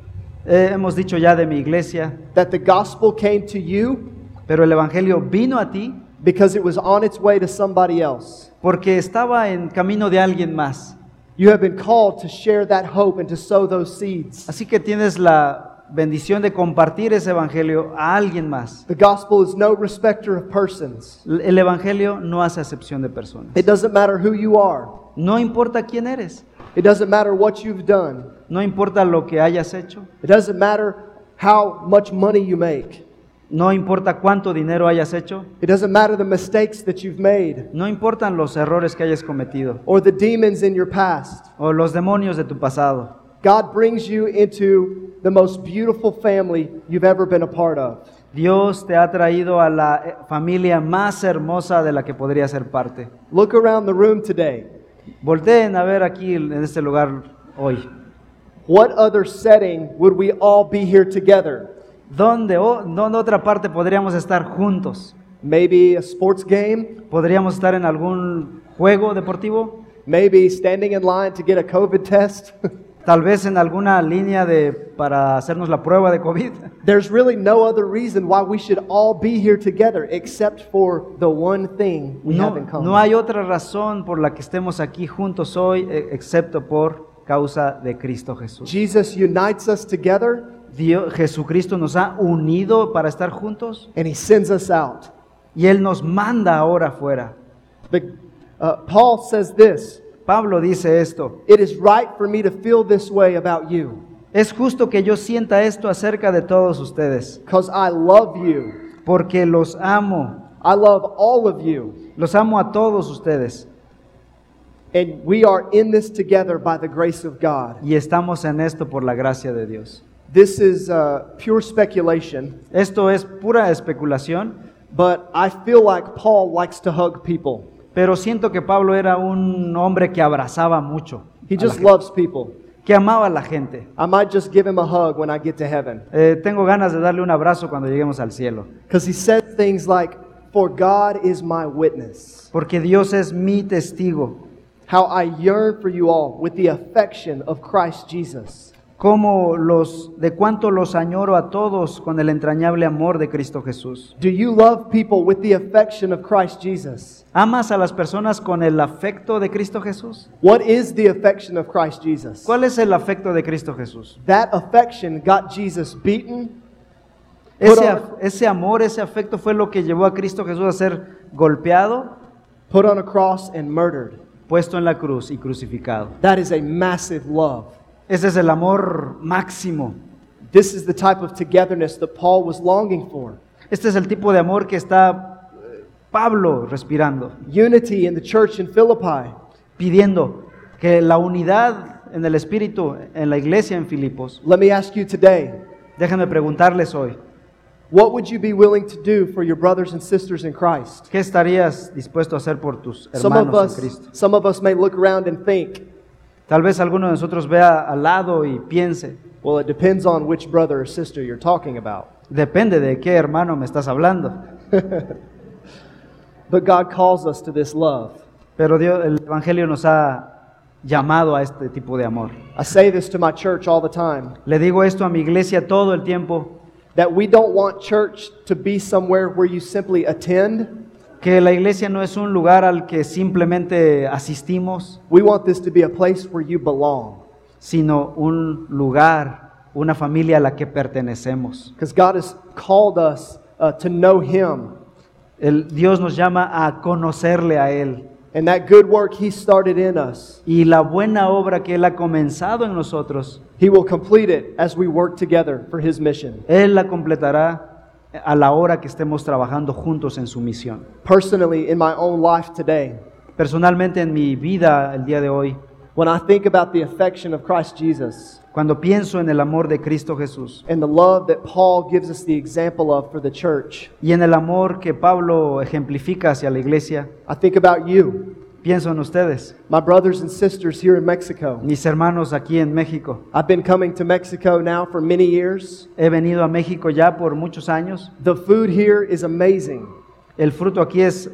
[SPEAKER 2] Eh, hemos dicho ya de mi iglesia,
[SPEAKER 1] that the gospel came to you
[SPEAKER 2] pero el Evangelio vino a ti
[SPEAKER 1] because it was on its way to somebody else.
[SPEAKER 2] porque estaba en camino de alguien más.
[SPEAKER 1] You have been called to share that hope and to sow those seeds.
[SPEAKER 2] Así que tienes la bendición de compartir ese Evangelio a alguien más.
[SPEAKER 1] The gospel is no respecter of persons.
[SPEAKER 2] L- El Evangelio no hace acepción de personas.
[SPEAKER 1] It doesn't matter who you are,
[SPEAKER 2] No importa quién eres,
[SPEAKER 1] it doesn't matter what you've done,
[SPEAKER 2] no importa lo que hayas hecho,
[SPEAKER 1] it doesn't matter how much money you make,
[SPEAKER 2] no importa cuánto dinero hayas hecho,
[SPEAKER 1] it doesn't matter the mistakes that you've made
[SPEAKER 2] no importan los errores que hayas cometido
[SPEAKER 1] or the demons in your past.
[SPEAKER 2] o los demonios de tu pasado.
[SPEAKER 1] God brings you into the most beautiful family you've ever been a part of.
[SPEAKER 2] Dios te ha traído a la eh, familia más hermosa de la que podría ser parte.
[SPEAKER 1] Look around the room today.
[SPEAKER 2] Volteen a ver aquí en este lugar hoy.
[SPEAKER 1] What other setting would we all be here together?
[SPEAKER 2] ¿Dónde, o- ¿Dónde otra parte podríamos estar juntos?
[SPEAKER 1] Maybe a sports game?
[SPEAKER 2] ¿Podríamos estar en algún juego deportivo?
[SPEAKER 1] Maybe standing in line to get a COVID test.
[SPEAKER 2] tal vez en alguna línea de, para hacernos la prueba de COVID.
[SPEAKER 1] There's really no other reason why we should all be here together except for the one thing we
[SPEAKER 2] No,
[SPEAKER 1] have in common.
[SPEAKER 2] no hay otra razón por la que estemos aquí juntos hoy, e- excepto por causa de Cristo Jesús.
[SPEAKER 1] Jesus unites us together
[SPEAKER 2] Dios, Jesucristo nos ha unido para estar juntos
[SPEAKER 1] and he sends us out.
[SPEAKER 2] y Él nos manda ahora afuera.
[SPEAKER 1] The, uh, Paul says this
[SPEAKER 2] Pablo dice esto,
[SPEAKER 1] It is right for me to feel this way about you
[SPEAKER 2] es justo que yo sienta esto acerca de todos ustedes,
[SPEAKER 1] because I love you.
[SPEAKER 2] porque los amo,
[SPEAKER 1] I love all of you.
[SPEAKER 2] los amo a todos ustedes
[SPEAKER 1] And we are in this together by the grace of God.
[SPEAKER 2] y estamos en esto por la gracia de Dios.
[SPEAKER 1] This is uh, pure speculation,
[SPEAKER 2] Esto es pura especulación,
[SPEAKER 1] but I feel like Paul likes to hug people.
[SPEAKER 2] pero siento que Pablo era un hombre que abrazaba mucho,
[SPEAKER 1] He
[SPEAKER 2] a la
[SPEAKER 1] just
[SPEAKER 2] gente,
[SPEAKER 1] loves people.
[SPEAKER 2] que amaba a la gente.
[SPEAKER 1] I might just give him a hug when I get to heaven.
[SPEAKER 2] Eh, tengo ganas de darle un abrazo cuando lleguemos al cielo,
[SPEAKER 1] Because he said things like, For God is my witness,
[SPEAKER 2] porque Dios es mi testigo,
[SPEAKER 1] how I yearn for you all with the affection of Christ Jesus.
[SPEAKER 2] como los, de cuánto los añoro a todos con el entrañable amor de Cristo Jesús.
[SPEAKER 1] Do you love people with the affection of Christ Jesus?
[SPEAKER 2] ¿Amas a las personas con el afecto de Cristo Jesús?
[SPEAKER 1] What is the affection of Christ Jesus?
[SPEAKER 2] ¿Cuál es el afecto de Cristo Jesús?
[SPEAKER 1] That affection got Jesus beaten, Put
[SPEAKER 2] Ese,
[SPEAKER 1] on-
[SPEAKER 2] af- ese amor, ese afecto fue lo que llevó a Cristo Jesús a ser golpeado,
[SPEAKER 1] put on a cross, and murdered.
[SPEAKER 2] puesto en la cruz y crucificado.
[SPEAKER 1] That is a massive love.
[SPEAKER 2] Ese es el amor máximo.
[SPEAKER 1] This is the type of togetherness that Paul was longing for.
[SPEAKER 2] Este es el tipo de amor que está eh, Pablo respirando,
[SPEAKER 1] Unity in the church in Philippi.
[SPEAKER 2] pidiendo que la unidad en el Espíritu, en la iglesia en Filipos.
[SPEAKER 1] Let me ask you today
[SPEAKER 2] Déjenme preguntarles hoy,
[SPEAKER 1] What would you be willing to do for your brothers and sisters in Christ?
[SPEAKER 2] ¿qué estarías dispuesto a hacer por tus
[SPEAKER 1] Some of
[SPEAKER 2] hermanos en
[SPEAKER 1] us,
[SPEAKER 2] Cristo?
[SPEAKER 1] some of us may look around and think,
[SPEAKER 2] Tal vez alguno de nosotros vea al lado y piense,
[SPEAKER 1] well, it depends on which brother or sister you're talking about.
[SPEAKER 2] depende de qué hermano me estás hablando.
[SPEAKER 1] But God calls us to this love.
[SPEAKER 2] Pero Dios, el Evangelio nos ha llamado a este tipo de amor.
[SPEAKER 1] I say this to my church all the time
[SPEAKER 2] Le digo esto a mi iglesia todo el tiempo,
[SPEAKER 1] that we don't want church to be somewhere where you simply attend.
[SPEAKER 2] que la iglesia no es un lugar al que simplemente asistimos,
[SPEAKER 1] We want this to be a place where you belong
[SPEAKER 2] sino un lugar, una familia a la que pertenecemos.
[SPEAKER 1] because God has called us uh, to know Him.
[SPEAKER 2] El, Dios nos llama a conocerle a Él
[SPEAKER 1] And that good work He started in us,
[SPEAKER 2] y la buena obra que Él ha comenzado en nosotros
[SPEAKER 1] He will complete it as we work together for His mission.
[SPEAKER 2] Él la completará a la hora que estemos trabajando juntos en su misión.
[SPEAKER 1] personally in my own life today,
[SPEAKER 2] Personalmente en mi vida el día de hoy,
[SPEAKER 1] when I think about the affection of Christ Jesus
[SPEAKER 2] cuando pienso en el amor de Cristo Jesús
[SPEAKER 1] and the love that Paul gives us the example of for the church,
[SPEAKER 2] y en el amor que Pablo ejemplifica hacia la iglesia,
[SPEAKER 1] I think about you,
[SPEAKER 2] pienso en ustedes,
[SPEAKER 1] my brothers and sisters here in Mexico.
[SPEAKER 2] mis hermanos aquí en México.
[SPEAKER 1] I've been coming to Mexico now for many years.
[SPEAKER 2] He venido a México ya por muchos años.
[SPEAKER 1] The food here is amazing.
[SPEAKER 2] El fruto aquí es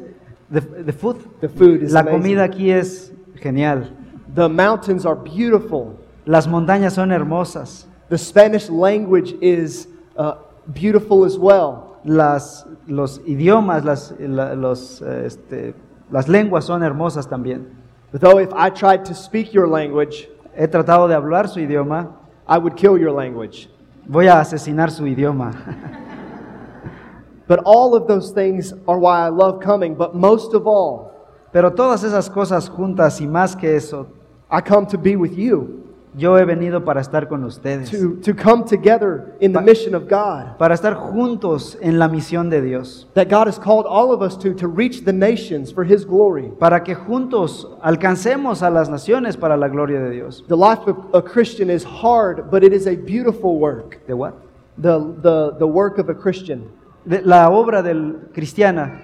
[SPEAKER 2] the, the food.
[SPEAKER 1] The food is
[SPEAKER 2] La
[SPEAKER 1] amazing.
[SPEAKER 2] comida aquí es genial.
[SPEAKER 1] The mountains are beautiful.
[SPEAKER 2] Las montañas son hermosas.
[SPEAKER 1] The Spanish language is uh, beautiful as well.
[SPEAKER 2] las, los idiomas, las, la- los, eh, este, las lenguas son hermosas también.
[SPEAKER 1] Though if I tried to speak your language,
[SPEAKER 2] He tratado de hablar su idioma,
[SPEAKER 1] I would kill your language.
[SPEAKER 2] voy a asesinar su idioma.
[SPEAKER 1] But all of those things are why I love coming. But most of all,
[SPEAKER 2] Pero todas esas cosas juntas y más que eso,
[SPEAKER 1] I come to be with you,
[SPEAKER 2] yo he venido para estar con ustedes,
[SPEAKER 1] to, to come together in the
[SPEAKER 2] Pa-
[SPEAKER 1] mission of God
[SPEAKER 2] para estar juntos en la misión de Dios,
[SPEAKER 1] that God has called all of us to, to reach the nations for His glory.
[SPEAKER 2] para que juntos alcancemos a las naciones para la gloria de Dios.
[SPEAKER 1] The life of a Christian is hard, but it is a beautiful work.
[SPEAKER 2] ¿De what?
[SPEAKER 1] The, the, the work of a Christian
[SPEAKER 2] De- la obra del cristiana,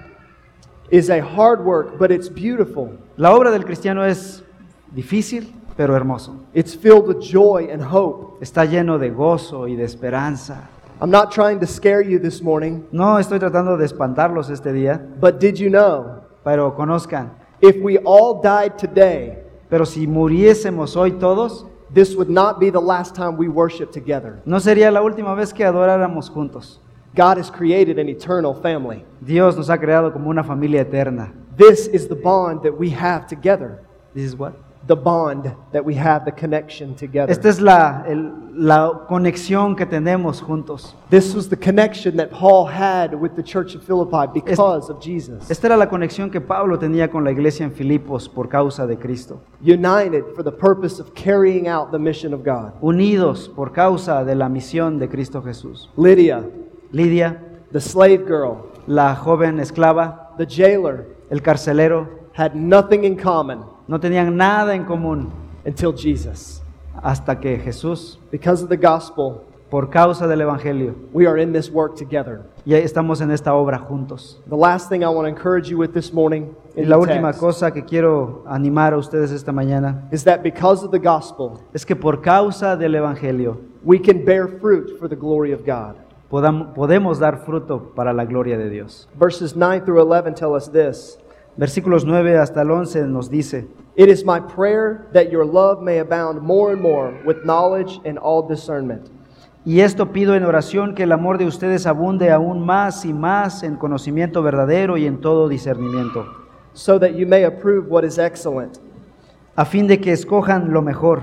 [SPEAKER 1] is a hard work, but it's beautiful.
[SPEAKER 2] la obra del cristiano es difícil, pero hermoso.
[SPEAKER 1] It's filled with joy and hope.
[SPEAKER 2] está lleno de gozo y de esperanza.
[SPEAKER 1] I'm not trying to scare you this morning,
[SPEAKER 2] No estoy tratando de espantarlos este día,
[SPEAKER 1] but did you know
[SPEAKER 2] pero conozcan,
[SPEAKER 1] if we all died today,
[SPEAKER 2] pero si muriésemos hoy todos,
[SPEAKER 1] this would not be the last time we worship together.
[SPEAKER 2] No sería la última vez que adoráramos juntos.
[SPEAKER 1] God has created an eternal family.
[SPEAKER 2] Dios nos ha creado como una familia eterna.
[SPEAKER 1] This is the bond that we have together.
[SPEAKER 2] This is what?
[SPEAKER 1] The bond that we have, the connection together.
[SPEAKER 2] Esta es la, el- la conexión que tenemos juntos.
[SPEAKER 1] This was the connection that Paul had with the church of Philippi because of Jesus.
[SPEAKER 2] Esta era la conexión que Pablo tenía con la iglesia en Filipos por causa de Cristo.
[SPEAKER 1] United for the purpose of carrying out the mission of God.
[SPEAKER 2] Unidos por causa de la misión de Cristo Jesús.
[SPEAKER 1] Lydia,
[SPEAKER 2] Lidia,
[SPEAKER 1] the slave girl,
[SPEAKER 2] la joven esclava,
[SPEAKER 1] the jailer,
[SPEAKER 2] el carcelero,
[SPEAKER 1] had nothing in common
[SPEAKER 2] no tenían nada en común
[SPEAKER 1] until Jesus.
[SPEAKER 2] hasta que Jesús,
[SPEAKER 1] Because of the gospel,
[SPEAKER 2] por causa del Evangelio,
[SPEAKER 1] we are in this work together.
[SPEAKER 2] ya estamos en esta obra juntos.
[SPEAKER 1] The last thing I want to encourage you with this morning
[SPEAKER 2] Y
[SPEAKER 1] in
[SPEAKER 2] la
[SPEAKER 1] the
[SPEAKER 2] última
[SPEAKER 1] text
[SPEAKER 2] cosa que quiero animar a ustedes esta mañana
[SPEAKER 1] is that because of the gospel,
[SPEAKER 2] es que por causa del Evangelio
[SPEAKER 1] we can bear fruit for the glory of God.
[SPEAKER 2] podam- podemos dar fruto para la gloria de Dios.
[SPEAKER 1] Verses 9 through 11 tell us this
[SPEAKER 2] Versículos 9 hasta el 11 nos dice,
[SPEAKER 1] It is my prayer that your love may abound more and more with knowledge and all discernment,
[SPEAKER 2] y esto pido en oración que el amor de ustedes abunde aún más y más en conocimiento verdadero y en todo discernimiento,
[SPEAKER 1] so that you may approve what is excellent,
[SPEAKER 2] a fin de que escojan lo mejor,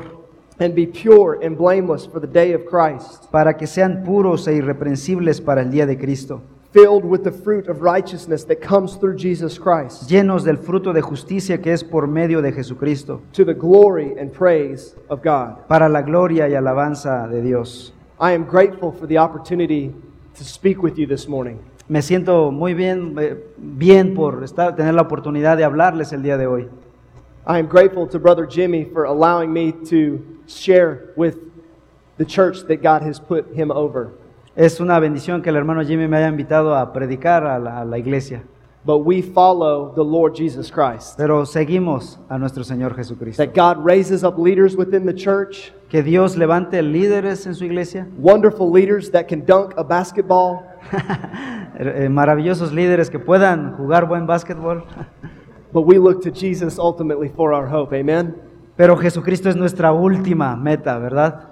[SPEAKER 1] and be pure and blameless for the day of Christ,
[SPEAKER 2] para que sean puros e irreprensibles para el día de Cristo,
[SPEAKER 1] filled with the fruit of righteousness that comes through Jesus Christ,
[SPEAKER 2] llenos del fruto de justicia que es por medio de Jesucristo,
[SPEAKER 1] to the glory and praise of God.
[SPEAKER 2] para la gloria y alabanza de Dios.
[SPEAKER 1] I am grateful for the opportunity to speak with you this morning.
[SPEAKER 2] Me siento muy bien, eh, bien por estar, tener la oportunidad de hablarles el día de hoy.
[SPEAKER 1] I am grateful to Brother Jimmy for allowing me to share with the church that God has put him over.
[SPEAKER 2] Es una bendición que el hermano Jimmy me haya invitado a predicar a la, a la iglesia,
[SPEAKER 1] But we follow the Lord Jesus Christ.
[SPEAKER 2] pero seguimos a nuestro Señor Jesucristo.
[SPEAKER 1] That God raises up leaders within the church,
[SPEAKER 2] Que Dios levante líderes en su iglesia,
[SPEAKER 1] wonderful leaders that can dunk a basketball,
[SPEAKER 2] eh, maravillosos líderes que puedan jugar buen básquetbol,
[SPEAKER 1] but we look to Jesus ultimately for our hope. Amen.
[SPEAKER 2] pero Jesucristo es nuestra última meta, ¿verdad?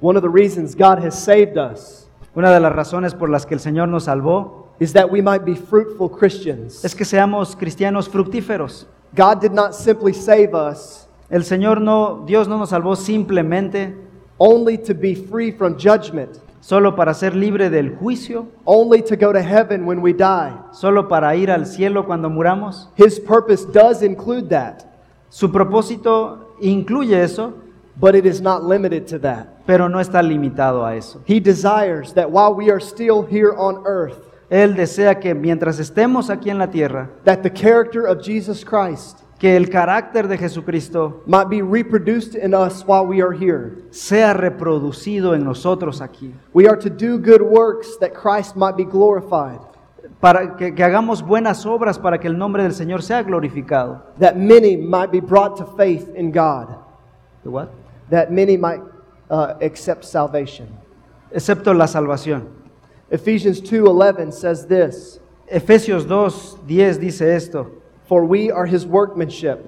[SPEAKER 1] One of the reasons God has saved us
[SPEAKER 2] Una de las razones por las que el Señor nos salvó
[SPEAKER 1] is that we might be fruitful Christians.
[SPEAKER 2] es que seamos cristianos fructíferos.
[SPEAKER 1] God did not simply save us
[SPEAKER 2] El Señor no, Dios no nos salvó simplemente
[SPEAKER 1] only to be free from judgment,
[SPEAKER 2] solo para ser libre del juicio,
[SPEAKER 1] only to go to heaven when we die.
[SPEAKER 2] solo para ir al cielo cuando muramos.
[SPEAKER 1] His purpose does include that,
[SPEAKER 2] Su propósito incluye eso,
[SPEAKER 1] but it is not limited to that.
[SPEAKER 2] pero no está limitado a eso.
[SPEAKER 1] He desires that while we are still here on earth,
[SPEAKER 2] Él desea que mientras estemos aquí en la tierra,
[SPEAKER 1] that the character of Jesus Christ
[SPEAKER 2] que el carácter de Jesucristo
[SPEAKER 1] might be reproduced in us while we are here.
[SPEAKER 2] sea reproducido en nosotros aquí,
[SPEAKER 1] We are to do good works that Christ might be glorified,
[SPEAKER 2] para que, que hagamos buenas obras para que el nombre del Señor sea glorificado.
[SPEAKER 1] that many might be brought to faith in God, that many might uh, accept salvation.
[SPEAKER 2] Excepto la salvación.
[SPEAKER 1] Ephesians 2:11 says this,
[SPEAKER 2] Efesios 2, 10 dice esto.
[SPEAKER 1] "For we are his workmanship,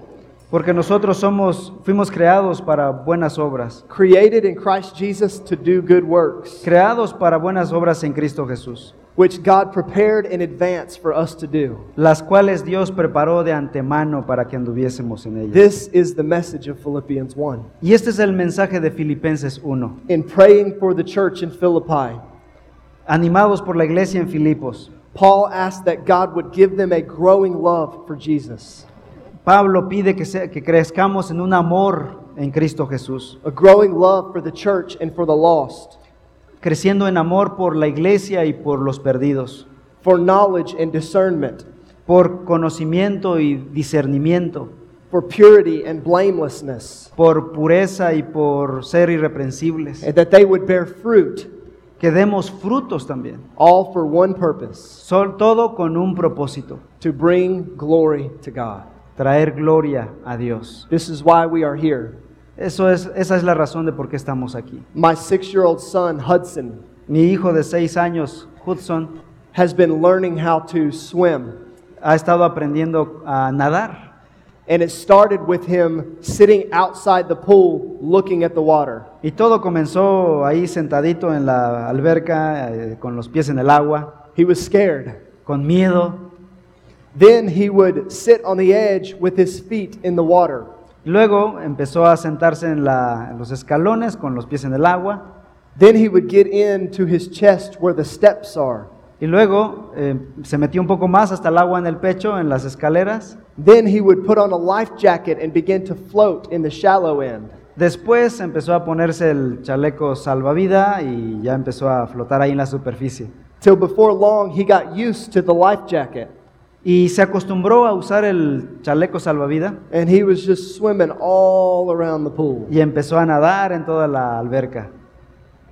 [SPEAKER 2] Porque nosotros somos, fuimos creados para buenas obras,
[SPEAKER 1] created in Christ Jesus to do good works,
[SPEAKER 2] creados para buenas obras en Cristo Jesús,
[SPEAKER 1] which God prepared in advance for us to do."
[SPEAKER 2] las cuales Dios preparó de antemano para que anduviésemos en ellas.
[SPEAKER 1] This is the message of Philippians 1.
[SPEAKER 2] Y este es el mensaje de Filipenses 1,
[SPEAKER 1] In praying for the church in Philippi,
[SPEAKER 2] animados por la iglesia en Filipos.
[SPEAKER 1] Paul asked that God would give them a growing love for Jesus,
[SPEAKER 2] Pablo pide que, sea- que crezcamos en un amor en Cristo Jesús,
[SPEAKER 1] a growing love for the church and for the lost,
[SPEAKER 2] creciendo en amor por la iglesia y por los perdidos,
[SPEAKER 1] for knowledge and discernment,
[SPEAKER 2] por conocimiento y discernimiento,
[SPEAKER 1] for purity and blamelessness,
[SPEAKER 2] por pureza y por ser irreprensibles.
[SPEAKER 1] and that they would bear fruit,
[SPEAKER 2] que demos frutos también.
[SPEAKER 1] all for one purpose
[SPEAKER 2] Sol- todo con un propósito,
[SPEAKER 1] to bring glory to God.
[SPEAKER 2] traer gloria a Dios.
[SPEAKER 1] This is why we are here.
[SPEAKER 2] Eso es, esa es la razón de por qué estamos aquí.
[SPEAKER 1] My six year old son, Hudson,
[SPEAKER 2] Mi hijo de seis años, Hudson,
[SPEAKER 1] has been learning how to swim.
[SPEAKER 2] ha estado aprendiendo a nadar.
[SPEAKER 1] And it started with him sitting outside the pool looking at the water.
[SPEAKER 2] Y todo comenzó ahí sentadito en la alberca, eh, con los pies en el agua,
[SPEAKER 1] He was scared.
[SPEAKER 2] con miedo.
[SPEAKER 1] Then he would sit on the edge with his feet in the water.
[SPEAKER 2] Luego empezó a sentarse en, la- en los escalones, con los pies en el agua.
[SPEAKER 1] Then he would get into his chest where the steps are.
[SPEAKER 2] Y luego eh, se metió un poco más hasta el agua en el pecho, en las escaleras.
[SPEAKER 1] Then he would put on a life jacket and begin to float in the shallow end.
[SPEAKER 2] Después empezó a ponerse el chaleco salvavida y ya empezó a flotar ahí en la superficie.
[SPEAKER 1] Till before long, he got used to the life jacket
[SPEAKER 2] Y se acostumbró a usar el chaleco salvavida
[SPEAKER 1] and he was just swimming all around the pool.
[SPEAKER 2] y empezó a nadar en toda la alberca.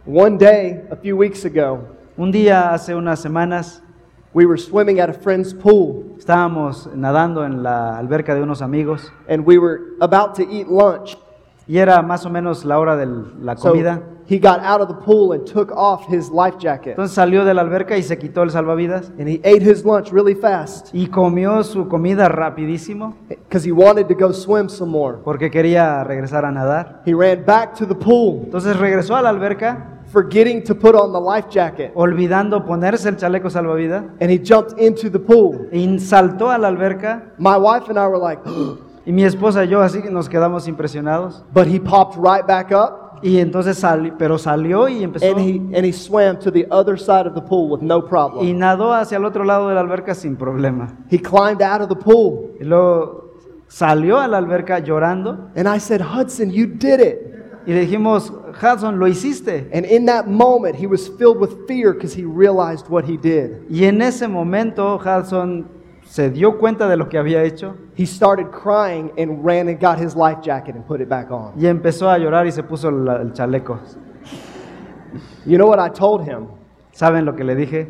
[SPEAKER 1] One day, a few weeks ago,
[SPEAKER 2] Un día, hace unas semanas,
[SPEAKER 1] we were swimming at a friend's pool
[SPEAKER 2] estábamos nadando en la alberca de unos amigos
[SPEAKER 1] and we were about to eat lunch.
[SPEAKER 2] y era más o menos la hora de la comida.
[SPEAKER 1] So he got out of the pool and took off his life jacket
[SPEAKER 2] Entonces salió de la alberca y se quitó el salvavidas
[SPEAKER 1] and he ate his lunch really fast
[SPEAKER 2] y comió su comida rapidísimo
[SPEAKER 1] because he wanted to go swim some more.
[SPEAKER 2] porque quería regresar a nadar.
[SPEAKER 1] He ran back to the pool,
[SPEAKER 2] Entonces regresó a la alberca
[SPEAKER 1] forgetting to put on the life jacket,
[SPEAKER 2] olvidando ponerse el chaleco salvavidas
[SPEAKER 1] and he jumped into the pool.
[SPEAKER 2] y saltó a la alberca
[SPEAKER 1] My wife and I were like,
[SPEAKER 2] y mi esposa y yo así que nos quedamos impresionados
[SPEAKER 1] but he popped right back up
[SPEAKER 2] y entonces salió, pero salió y empezó
[SPEAKER 1] and he, and he swam to the other side of the pool with no
[SPEAKER 2] y
[SPEAKER 1] problem.
[SPEAKER 2] nadó hacia el otro lado de la alberca sin problema.
[SPEAKER 1] He climbed out of the pool,
[SPEAKER 2] Y luego salió a la alberca llorando
[SPEAKER 1] and I said, Hudson, you did it.
[SPEAKER 2] y le dijimos, Hudson, lo hiciste.
[SPEAKER 1] And in that moment, he was filled with fear because he realized what he did.
[SPEAKER 2] Y en ese momento Hudson se dio cuenta de lo que había hecho
[SPEAKER 1] He started crying and ran and got his life jacket and put it back on.
[SPEAKER 2] y empezó a llorar y se puso la- el chaleco.
[SPEAKER 1] You know what I told him?
[SPEAKER 2] ¿Saben lo que le dije?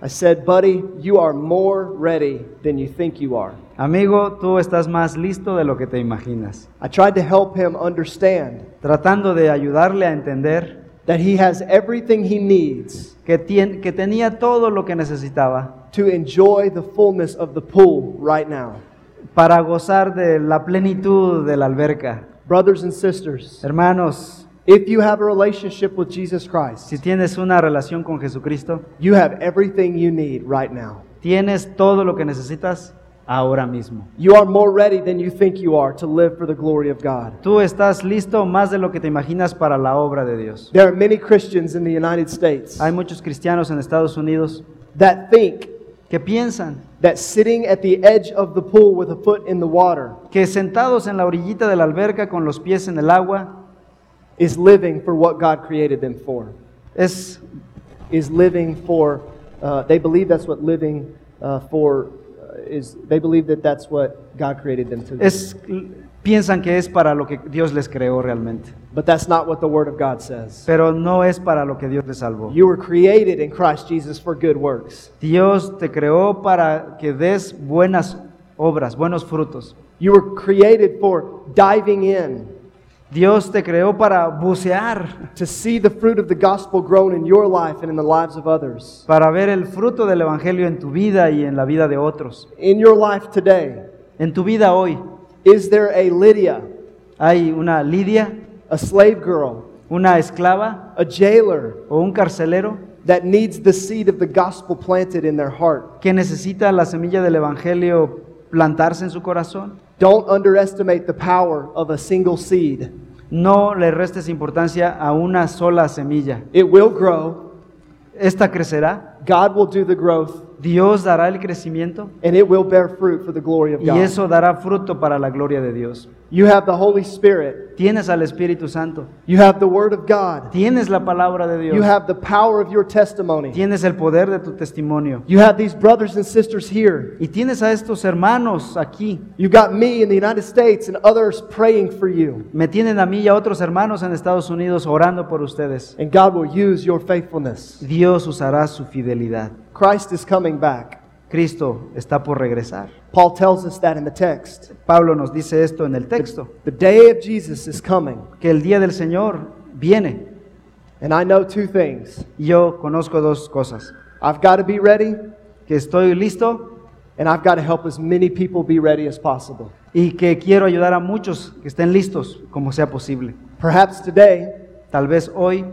[SPEAKER 1] I said, buddy, you are more ready than you think you are.
[SPEAKER 2] Amigo, tú estás más listo de lo que te imaginas.
[SPEAKER 1] I tried to help him understand
[SPEAKER 2] tratando de ayudarle a entender
[SPEAKER 1] that he has everything he needs
[SPEAKER 2] que, tien- que tenía todo lo que necesitaba
[SPEAKER 1] to enjoy the fullness of the pool right now.
[SPEAKER 2] para gozar de la plenitud de la alberca.
[SPEAKER 1] Brothers and sisters,
[SPEAKER 2] Hermanos,
[SPEAKER 1] if you have a relationship with Jesus Christ,
[SPEAKER 2] si tienes una relación con Jesucristo,
[SPEAKER 1] you have everything you need right now.
[SPEAKER 2] tienes todo lo que necesitas ahora mismo.
[SPEAKER 1] You are more ready than you think you are to live for the glory of God.
[SPEAKER 2] Tú estás listo más de lo que te imaginas para la obra de Dios.
[SPEAKER 1] There are many Christians in the United States
[SPEAKER 2] Hay muchos cristianos en Estados Unidos
[SPEAKER 1] that think
[SPEAKER 2] que piensan
[SPEAKER 1] that sitting at the edge of the pool with a foot in the water
[SPEAKER 2] que sentados en la orillita de la alberca con los pies en el agua
[SPEAKER 1] is living for what God created them for.
[SPEAKER 2] es
[SPEAKER 1] Is living for, uh, they believe that's what living uh, for uh, is, they believe that that's what God created them to. do.
[SPEAKER 2] es piensan que es para lo que Dios les creó realmente,
[SPEAKER 1] But that's not what the Word of God says.
[SPEAKER 2] pero no es para lo que Dios les salvó.
[SPEAKER 1] You were created in Christ Jesus for good works.
[SPEAKER 2] Dios te creó para que des buenas obras, buenos frutos.
[SPEAKER 1] You were created for diving in,
[SPEAKER 2] Dios te creó para bucear,
[SPEAKER 1] to see the fruit of the gospel grown in your life and in the lives of others.
[SPEAKER 2] para ver el fruto del evangelio en tu vida y en la vida de otros.
[SPEAKER 1] In your life today,
[SPEAKER 2] En tu vida hoy
[SPEAKER 1] is there a Lydia,
[SPEAKER 2] hay una Lidia,
[SPEAKER 1] a slave girl,
[SPEAKER 2] una esclava
[SPEAKER 1] a jailer
[SPEAKER 2] o un carcelero
[SPEAKER 1] that needs the seed of the gospel planted in their heart.
[SPEAKER 2] que necesita la semilla del evangelio plantarse en su corazón.
[SPEAKER 1] Don't underestimate the power of a single seed.
[SPEAKER 2] No le restes importancia a una sola semilla.
[SPEAKER 1] It will grow,
[SPEAKER 2] Esta crecerá,
[SPEAKER 1] God will do the growth,
[SPEAKER 2] Dios dará el crecimiento
[SPEAKER 1] and it will bear fruit for the glory of
[SPEAKER 2] y
[SPEAKER 1] God.
[SPEAKER 2] eso dará fruto para la gloria de Dios.
[SPEAKER 1] You have the Holy Spirit,
[SPEAKER 2] Tienes al Espíritu Santo,
[SPEAKER 1] you have the Word of God,
[SPEAKER 2] tienes la palabra de
[SPEAKER 1] you
[SPEAKER 2] Dios,
[SPEAKER 1] have the power of your testimony,
[SPEAKER 2] tienes el poder de tu testimonio
[SPEAKER 1] you have these brothers and sisters here.
[SPEAKER 2] y tienes a estos hermanos aquí.
[SPEAKER 1] You've got me in the United States and others praying for you,
[SPEAKER 2] Me tienen a mí y a otros hermanos en Estados Unidos orando por ustedes.
[SPEAKER 1] and God will use your faithfulness.
[SPEAKER 2] Dios usará su fidelidad.
[SPEAKER 1] Christ is coming back.
[SPEAKER 2] Cristo está por regresar.
[SPEAKER 1] Paul tells us that in the text.
[SPEAKER 2] Pablo nos dice esto en el texto,
[SPEAKER 1] The day of Jesus is coming,
[SPEAKER 2] que el día del Señor viene.
[SPEAKER 1] and I know two things.
[SPEAKER 2] Y Yo conozco dos cosas,
[SPEAKER 1] I've got to be ready,
[SPEAKER 2] que estoy listo
[SPEAKER 1] and I've got to help as many people be ready as possible.
[SPEAKER 2] y que quiero ayudar a muchos que estén listos como sea posible.
[SPEAKER 1] Perhaps today
[SPEAKER 2] Tal vez hoy,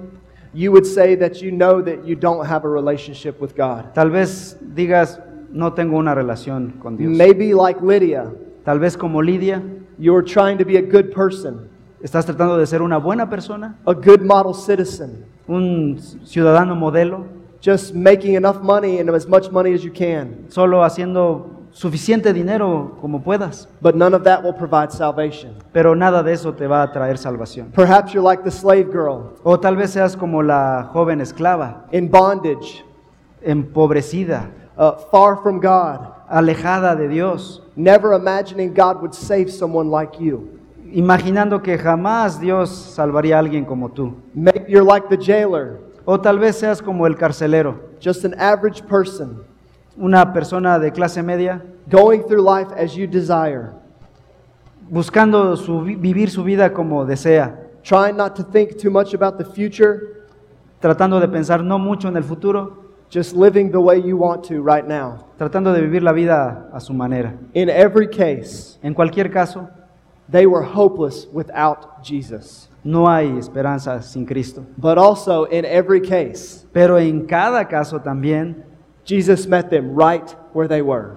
[SPEAKER 1] you would say that you know that you don't have a relationship with God.
[SPEAKER 2] tal vez digas, no tengo una relación con Dios.
[SPEAKER 1] Maybe like Lydia,
[SPEAKER 2] Tal vez como Lidia,
[SPEAKER 1] you're trying to be a good person,
[SPEAKER 2] estás tratando de ser una buena persona,
[SPEAKER 1] a good model citizen,
[SPEAKER 2] un ciudadano modelo,
[SPEAKER 1] just making enough money and as much money as you can.
[SPEAKER 2] solo haciendo suficiente dinero como puedas,
[SPEAKER 1] But none of that will provide salvation.
[SPEAKER 2] pero nada de eso te va a traer salvación.
[SPEAKER 1] Perhaps you're like the slave girl
[SPEAKER 2] O tal vez seas como la joven esclava,
[SPEAKER 1] in bondage,
[SPEAKER 2] empobrecida,
[SPEAKER 1] uh, far from God,
[SPEAKER 2] alejada de Dios,
[SPEAKER 1] never imagining God would save someone like you.
[SPEAKER 2] imaginando que jamás Dios salvaría a alguien como tú.
[SPEAKER 1] Maybe you're like the jailer,
[SPEAKER 2] O tal vez seas como el carcelero,
[SPEAKER 1] just an average person
[SPEAKER 2] una persona de clase media
[SPEAKER 1] going through life as you desire,
[SPEAKER 2] buscando su vi- vivir su vida como desea,
[SPEAKER 1] trying not to think too much about the future,
[SPEAKER 2] tratando de pensar no mucho en el futuro,
[SPEAKER 1] just living the way you want to right now.
[SPEAKER 2] tratando de vivir la vida a su manera.
[SPEAKER 1] In every case,
[SPEAKER 2] En cualquier caso,
[SPEAKER 1] they were hopeless without Jesus.
[SPEAKER 2] no hay esperanza sin Cristo.
[SPEAKER 1] But also, in every case,
[SPEAKER 2] Pero en cada caso también
[SPEAKER 1] Jesus met them right where they were.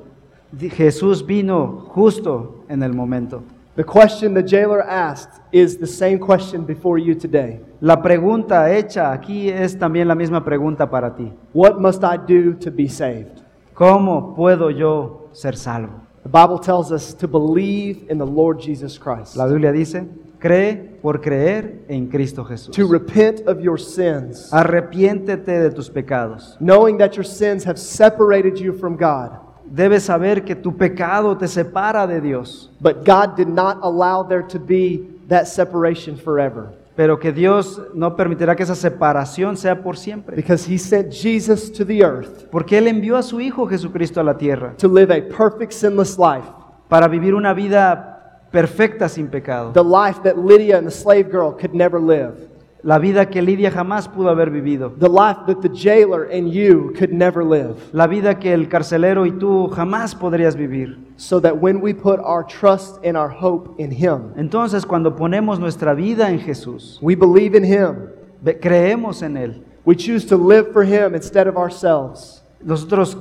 [SPEAKER 2] di- Jesús vino justo en el momento.
[SPEAKER 1] The question the jailer asked is the same question before you today
[SPEAKER 2] La pregunta hecha aquí es también la misma pregunta para ti.
[SPEAKER 1] What must I do to be saved?
[SPEAKER 2] ¿Cómo puedo yo ser salvo?
[SPEAKER 1] The Bible tells us to believe in the Lord Jesus Christ,
[SPEAKER 2] La Biblia dice, cree por creer en Cristo Jesús.
[SPEAKER 1] to repent of your sins,
[SPEAKER 2] Arrepiéntete de tus pecados.
[SPEAKER 1] knowing that your sins have separated you from God.
[SPEAKER 2] Debes saber que tu pecado te separa de Dios,
[SPEAKER 1] But God did not allow there to be that separation forever
[SPEAKER 2] pero que Dios no permitirá que esa separación sea por siempre.
[SPEAKER 1] because He sent Jesus to the earth
[SPEAKER 2] Porque Él envió a su Hijo Jesucristo a la tierra
[SPEAKER 1] to live a perfect, sinless life,
[SPEAKER 2] para vivir una vida perfecta sin pecado.
[SPEAKER 1] the life that Lydia and the slave girl could never live,
[SPEAKER 2] La vida que Lidia jamás pudo haber vivido.
[SPEAKER 1] the life that the jailer and you could never live.
[SPEAKER 2] La vida que el carcelero y tú jamás podrías vivir.
[SPEAKER 1] so that when we put our trust and our hope in Him,
[SPEAKER 2] Entonces cuando ponemos nuestra vida en Jesús,
[SPEAKER 1] we believe in Him.
[SPEAKER 2] ve- creemos en Él,
[SPEAKER 1] We choose to live for Him instead of ourselves.
[SPEAKER 2] Nosotros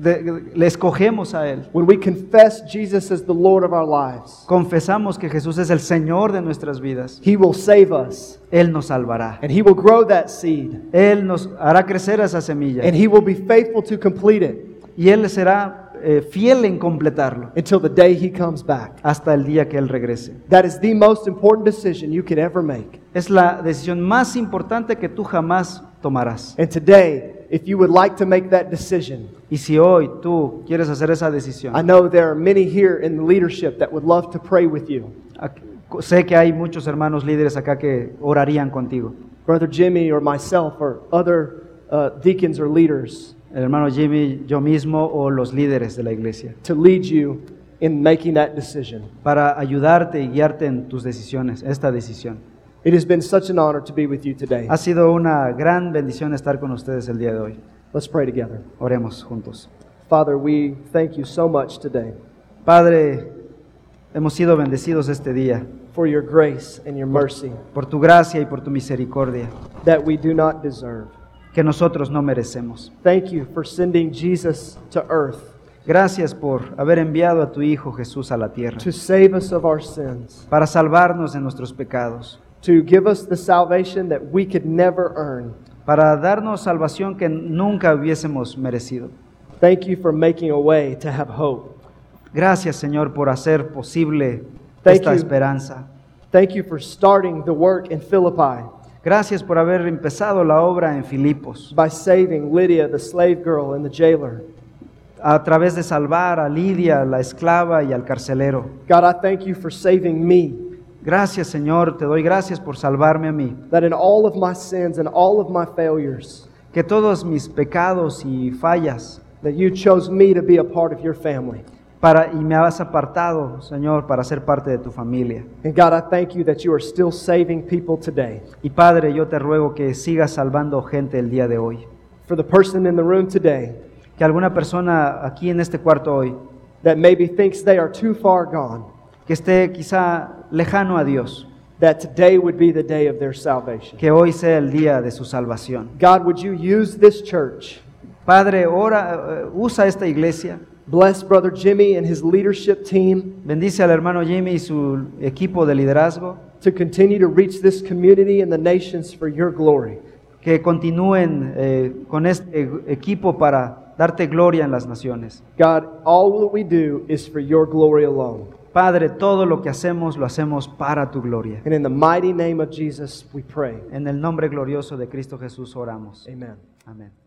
[SPEAKER 2] de- de- le escogemos a Él.
[SPEAKER 1] When we confess Jesus as the Lord of our lives,
[SPEAKER 2] Confesamos que Jesús es el Señor de nuestras vidas.
[SPEAKER 1] He will save us
[SPEAKER 2] Él nos salvará.
[SPEAKER 1] and He will grow that seed
[SPEAKER 2] Él nos hará crecer esa semilla.
[SPEAKER 1] and He will be faithful to complete it
[SPEAKER 2] Y Él será eh, fiel en completarlo
[SPEAKER 1] until the day He comes back.
[SPEAKER 2] hasta el día que Él regrese.
[SPEAKER 1] That is the most important decision you could ever make.
[SPEAKER 2] Es la decisión más importante que tú jamás tomarás.
[SPEAKER 1] And today, if you would like to make that decision,
[SPEAKER 2] Y si hoy tú quieres hacer esa decisión,
[SPEAKER 1] I know there are many here in the leadership that would love to pray with you.
[SPEAKER 2] aquí- sé que hay muchos hermanos líderes acá que orarían contigo.
[SPEAKER 1] Brother Jimmy or myself or other uh, deacons or leaders
[SPEAKER 2] El hermano Jimmy, yo mismo o los líderes de la iglesia.
[SPEAKER 1] to lead you in making that decision.
[SPEAKER 2] para ayudarte y guiarte en tus decisiones, esta decisión.
[SPEAKER 1] It has been such an honor to be with you today.
[SPEAKER 2] Ha sido una gran bendición estar con ustedes el día de hoy.
[SPEAKER 1] Let's pray together.
[SPEAKER 2] Oremos juntos.
[SPEAKER 1] Father, we thank you so much today
[SPEAKER 2] Padre, hemos sido bendecidos este día
[SPEAKER 1] for your grace and your mercy
[SPEAKER 2] por tu gracia y por tu misericordia
[SPEAKER 1] that we do not deserve.
[SPEAKER 2] que nosotros no merecemos.
[SPEAKER 1] Thank you for sending Jesus to earth
[SPEAKER 2] Gracias por haber enviado a tu Hijo Jesús a la tierra
[SPEAKER 1] to save us of our sins,
[SPEAKER 2] para salvarnos de nuestros pecados,
[SPEAKER 1] to give us the salvation that we could never earn.
[SPEAKER 2] para darnos salvación que nunca hubiésemos merecido.
[SPEAKER 1] Thank you for making a way to have hope.
[SPEAKER 2] Gracias Señor por hacer posible
[SPEAKER 1] Thank
[SPEAKER 2] esta
[SPEAKER 1] you.
[SPEAKER 2] esperanza.
[SPEAKER 1] Thank you for starting the work in Philippi
[SPEAKER 2] Gracias por haber empezado la obra en Filipos,
[SPEAKER 1] by saving Lydia, the slave girl, and the jailer.
[SPEAKER 2] a través de salvar a Lidia, la esclava y al carcelero.
[SPEAKER 1] God, I thank you for saving me,
[SPEAKER 2] Gracias Señor, te doy gracias por salvarme a mí,
[SPEAKER 1] that in all of my sins and all of my failures,
[SPEAKER 2] que todos mis pecados y fallas
[SPEAKER 1] that you chose me to be a part of your family.
[SPEAKER 2] para, y me has apartado, Señor, para ser parte de tu familia.
[SPEAKER 1] And God, I thank you that you are still saving people today.
[SPEAKER 2] Y Padre, yo te ruego que sigas salvando gente el día de hoy.
[SPEAKER 1] For the person in the room today
[SPEAKER 2] Que alguna persona aquí en este cuarto hoy
[SPEAKER 1] that maybe thinks they are too far gone,
[SPEAKER 2] que esté quizá lejano a Dios,
[SPEAKER 1] that today would be the day of their salvation.
[SPEAKER 2] que hoy sea el día de su salvación.
[SPEAKER 1] God, would you use this church?
[SPEAKER 2] Padre, ora, eh, usa esta iglesia,
[SPEAKER 1] Bless Brother Jimmy and his leadership team
[SPEAKER 2] bendice al hermano Jimmy y su equipo de liderazgo,
[SPEAKER 1] to continue to reach this community and the nations for your glory.
[SPEAKER 2] que continúen eh, con este equipo para darte gloria en las naciones.
[SPEAKER 1] God, all that we do is for your glory alone.
[SPEAKER 2] Padre, todo lo que hacemos lo hacemos para tu gloria.
[SPEAKER 1] And in the mighty name of Jesus, we pray.
[SPEAKER 2] En el nombre glorioso de Cristo Jesús oramos.
[SPEAKER 1] Amen.
[SPEAKER 2] Amén.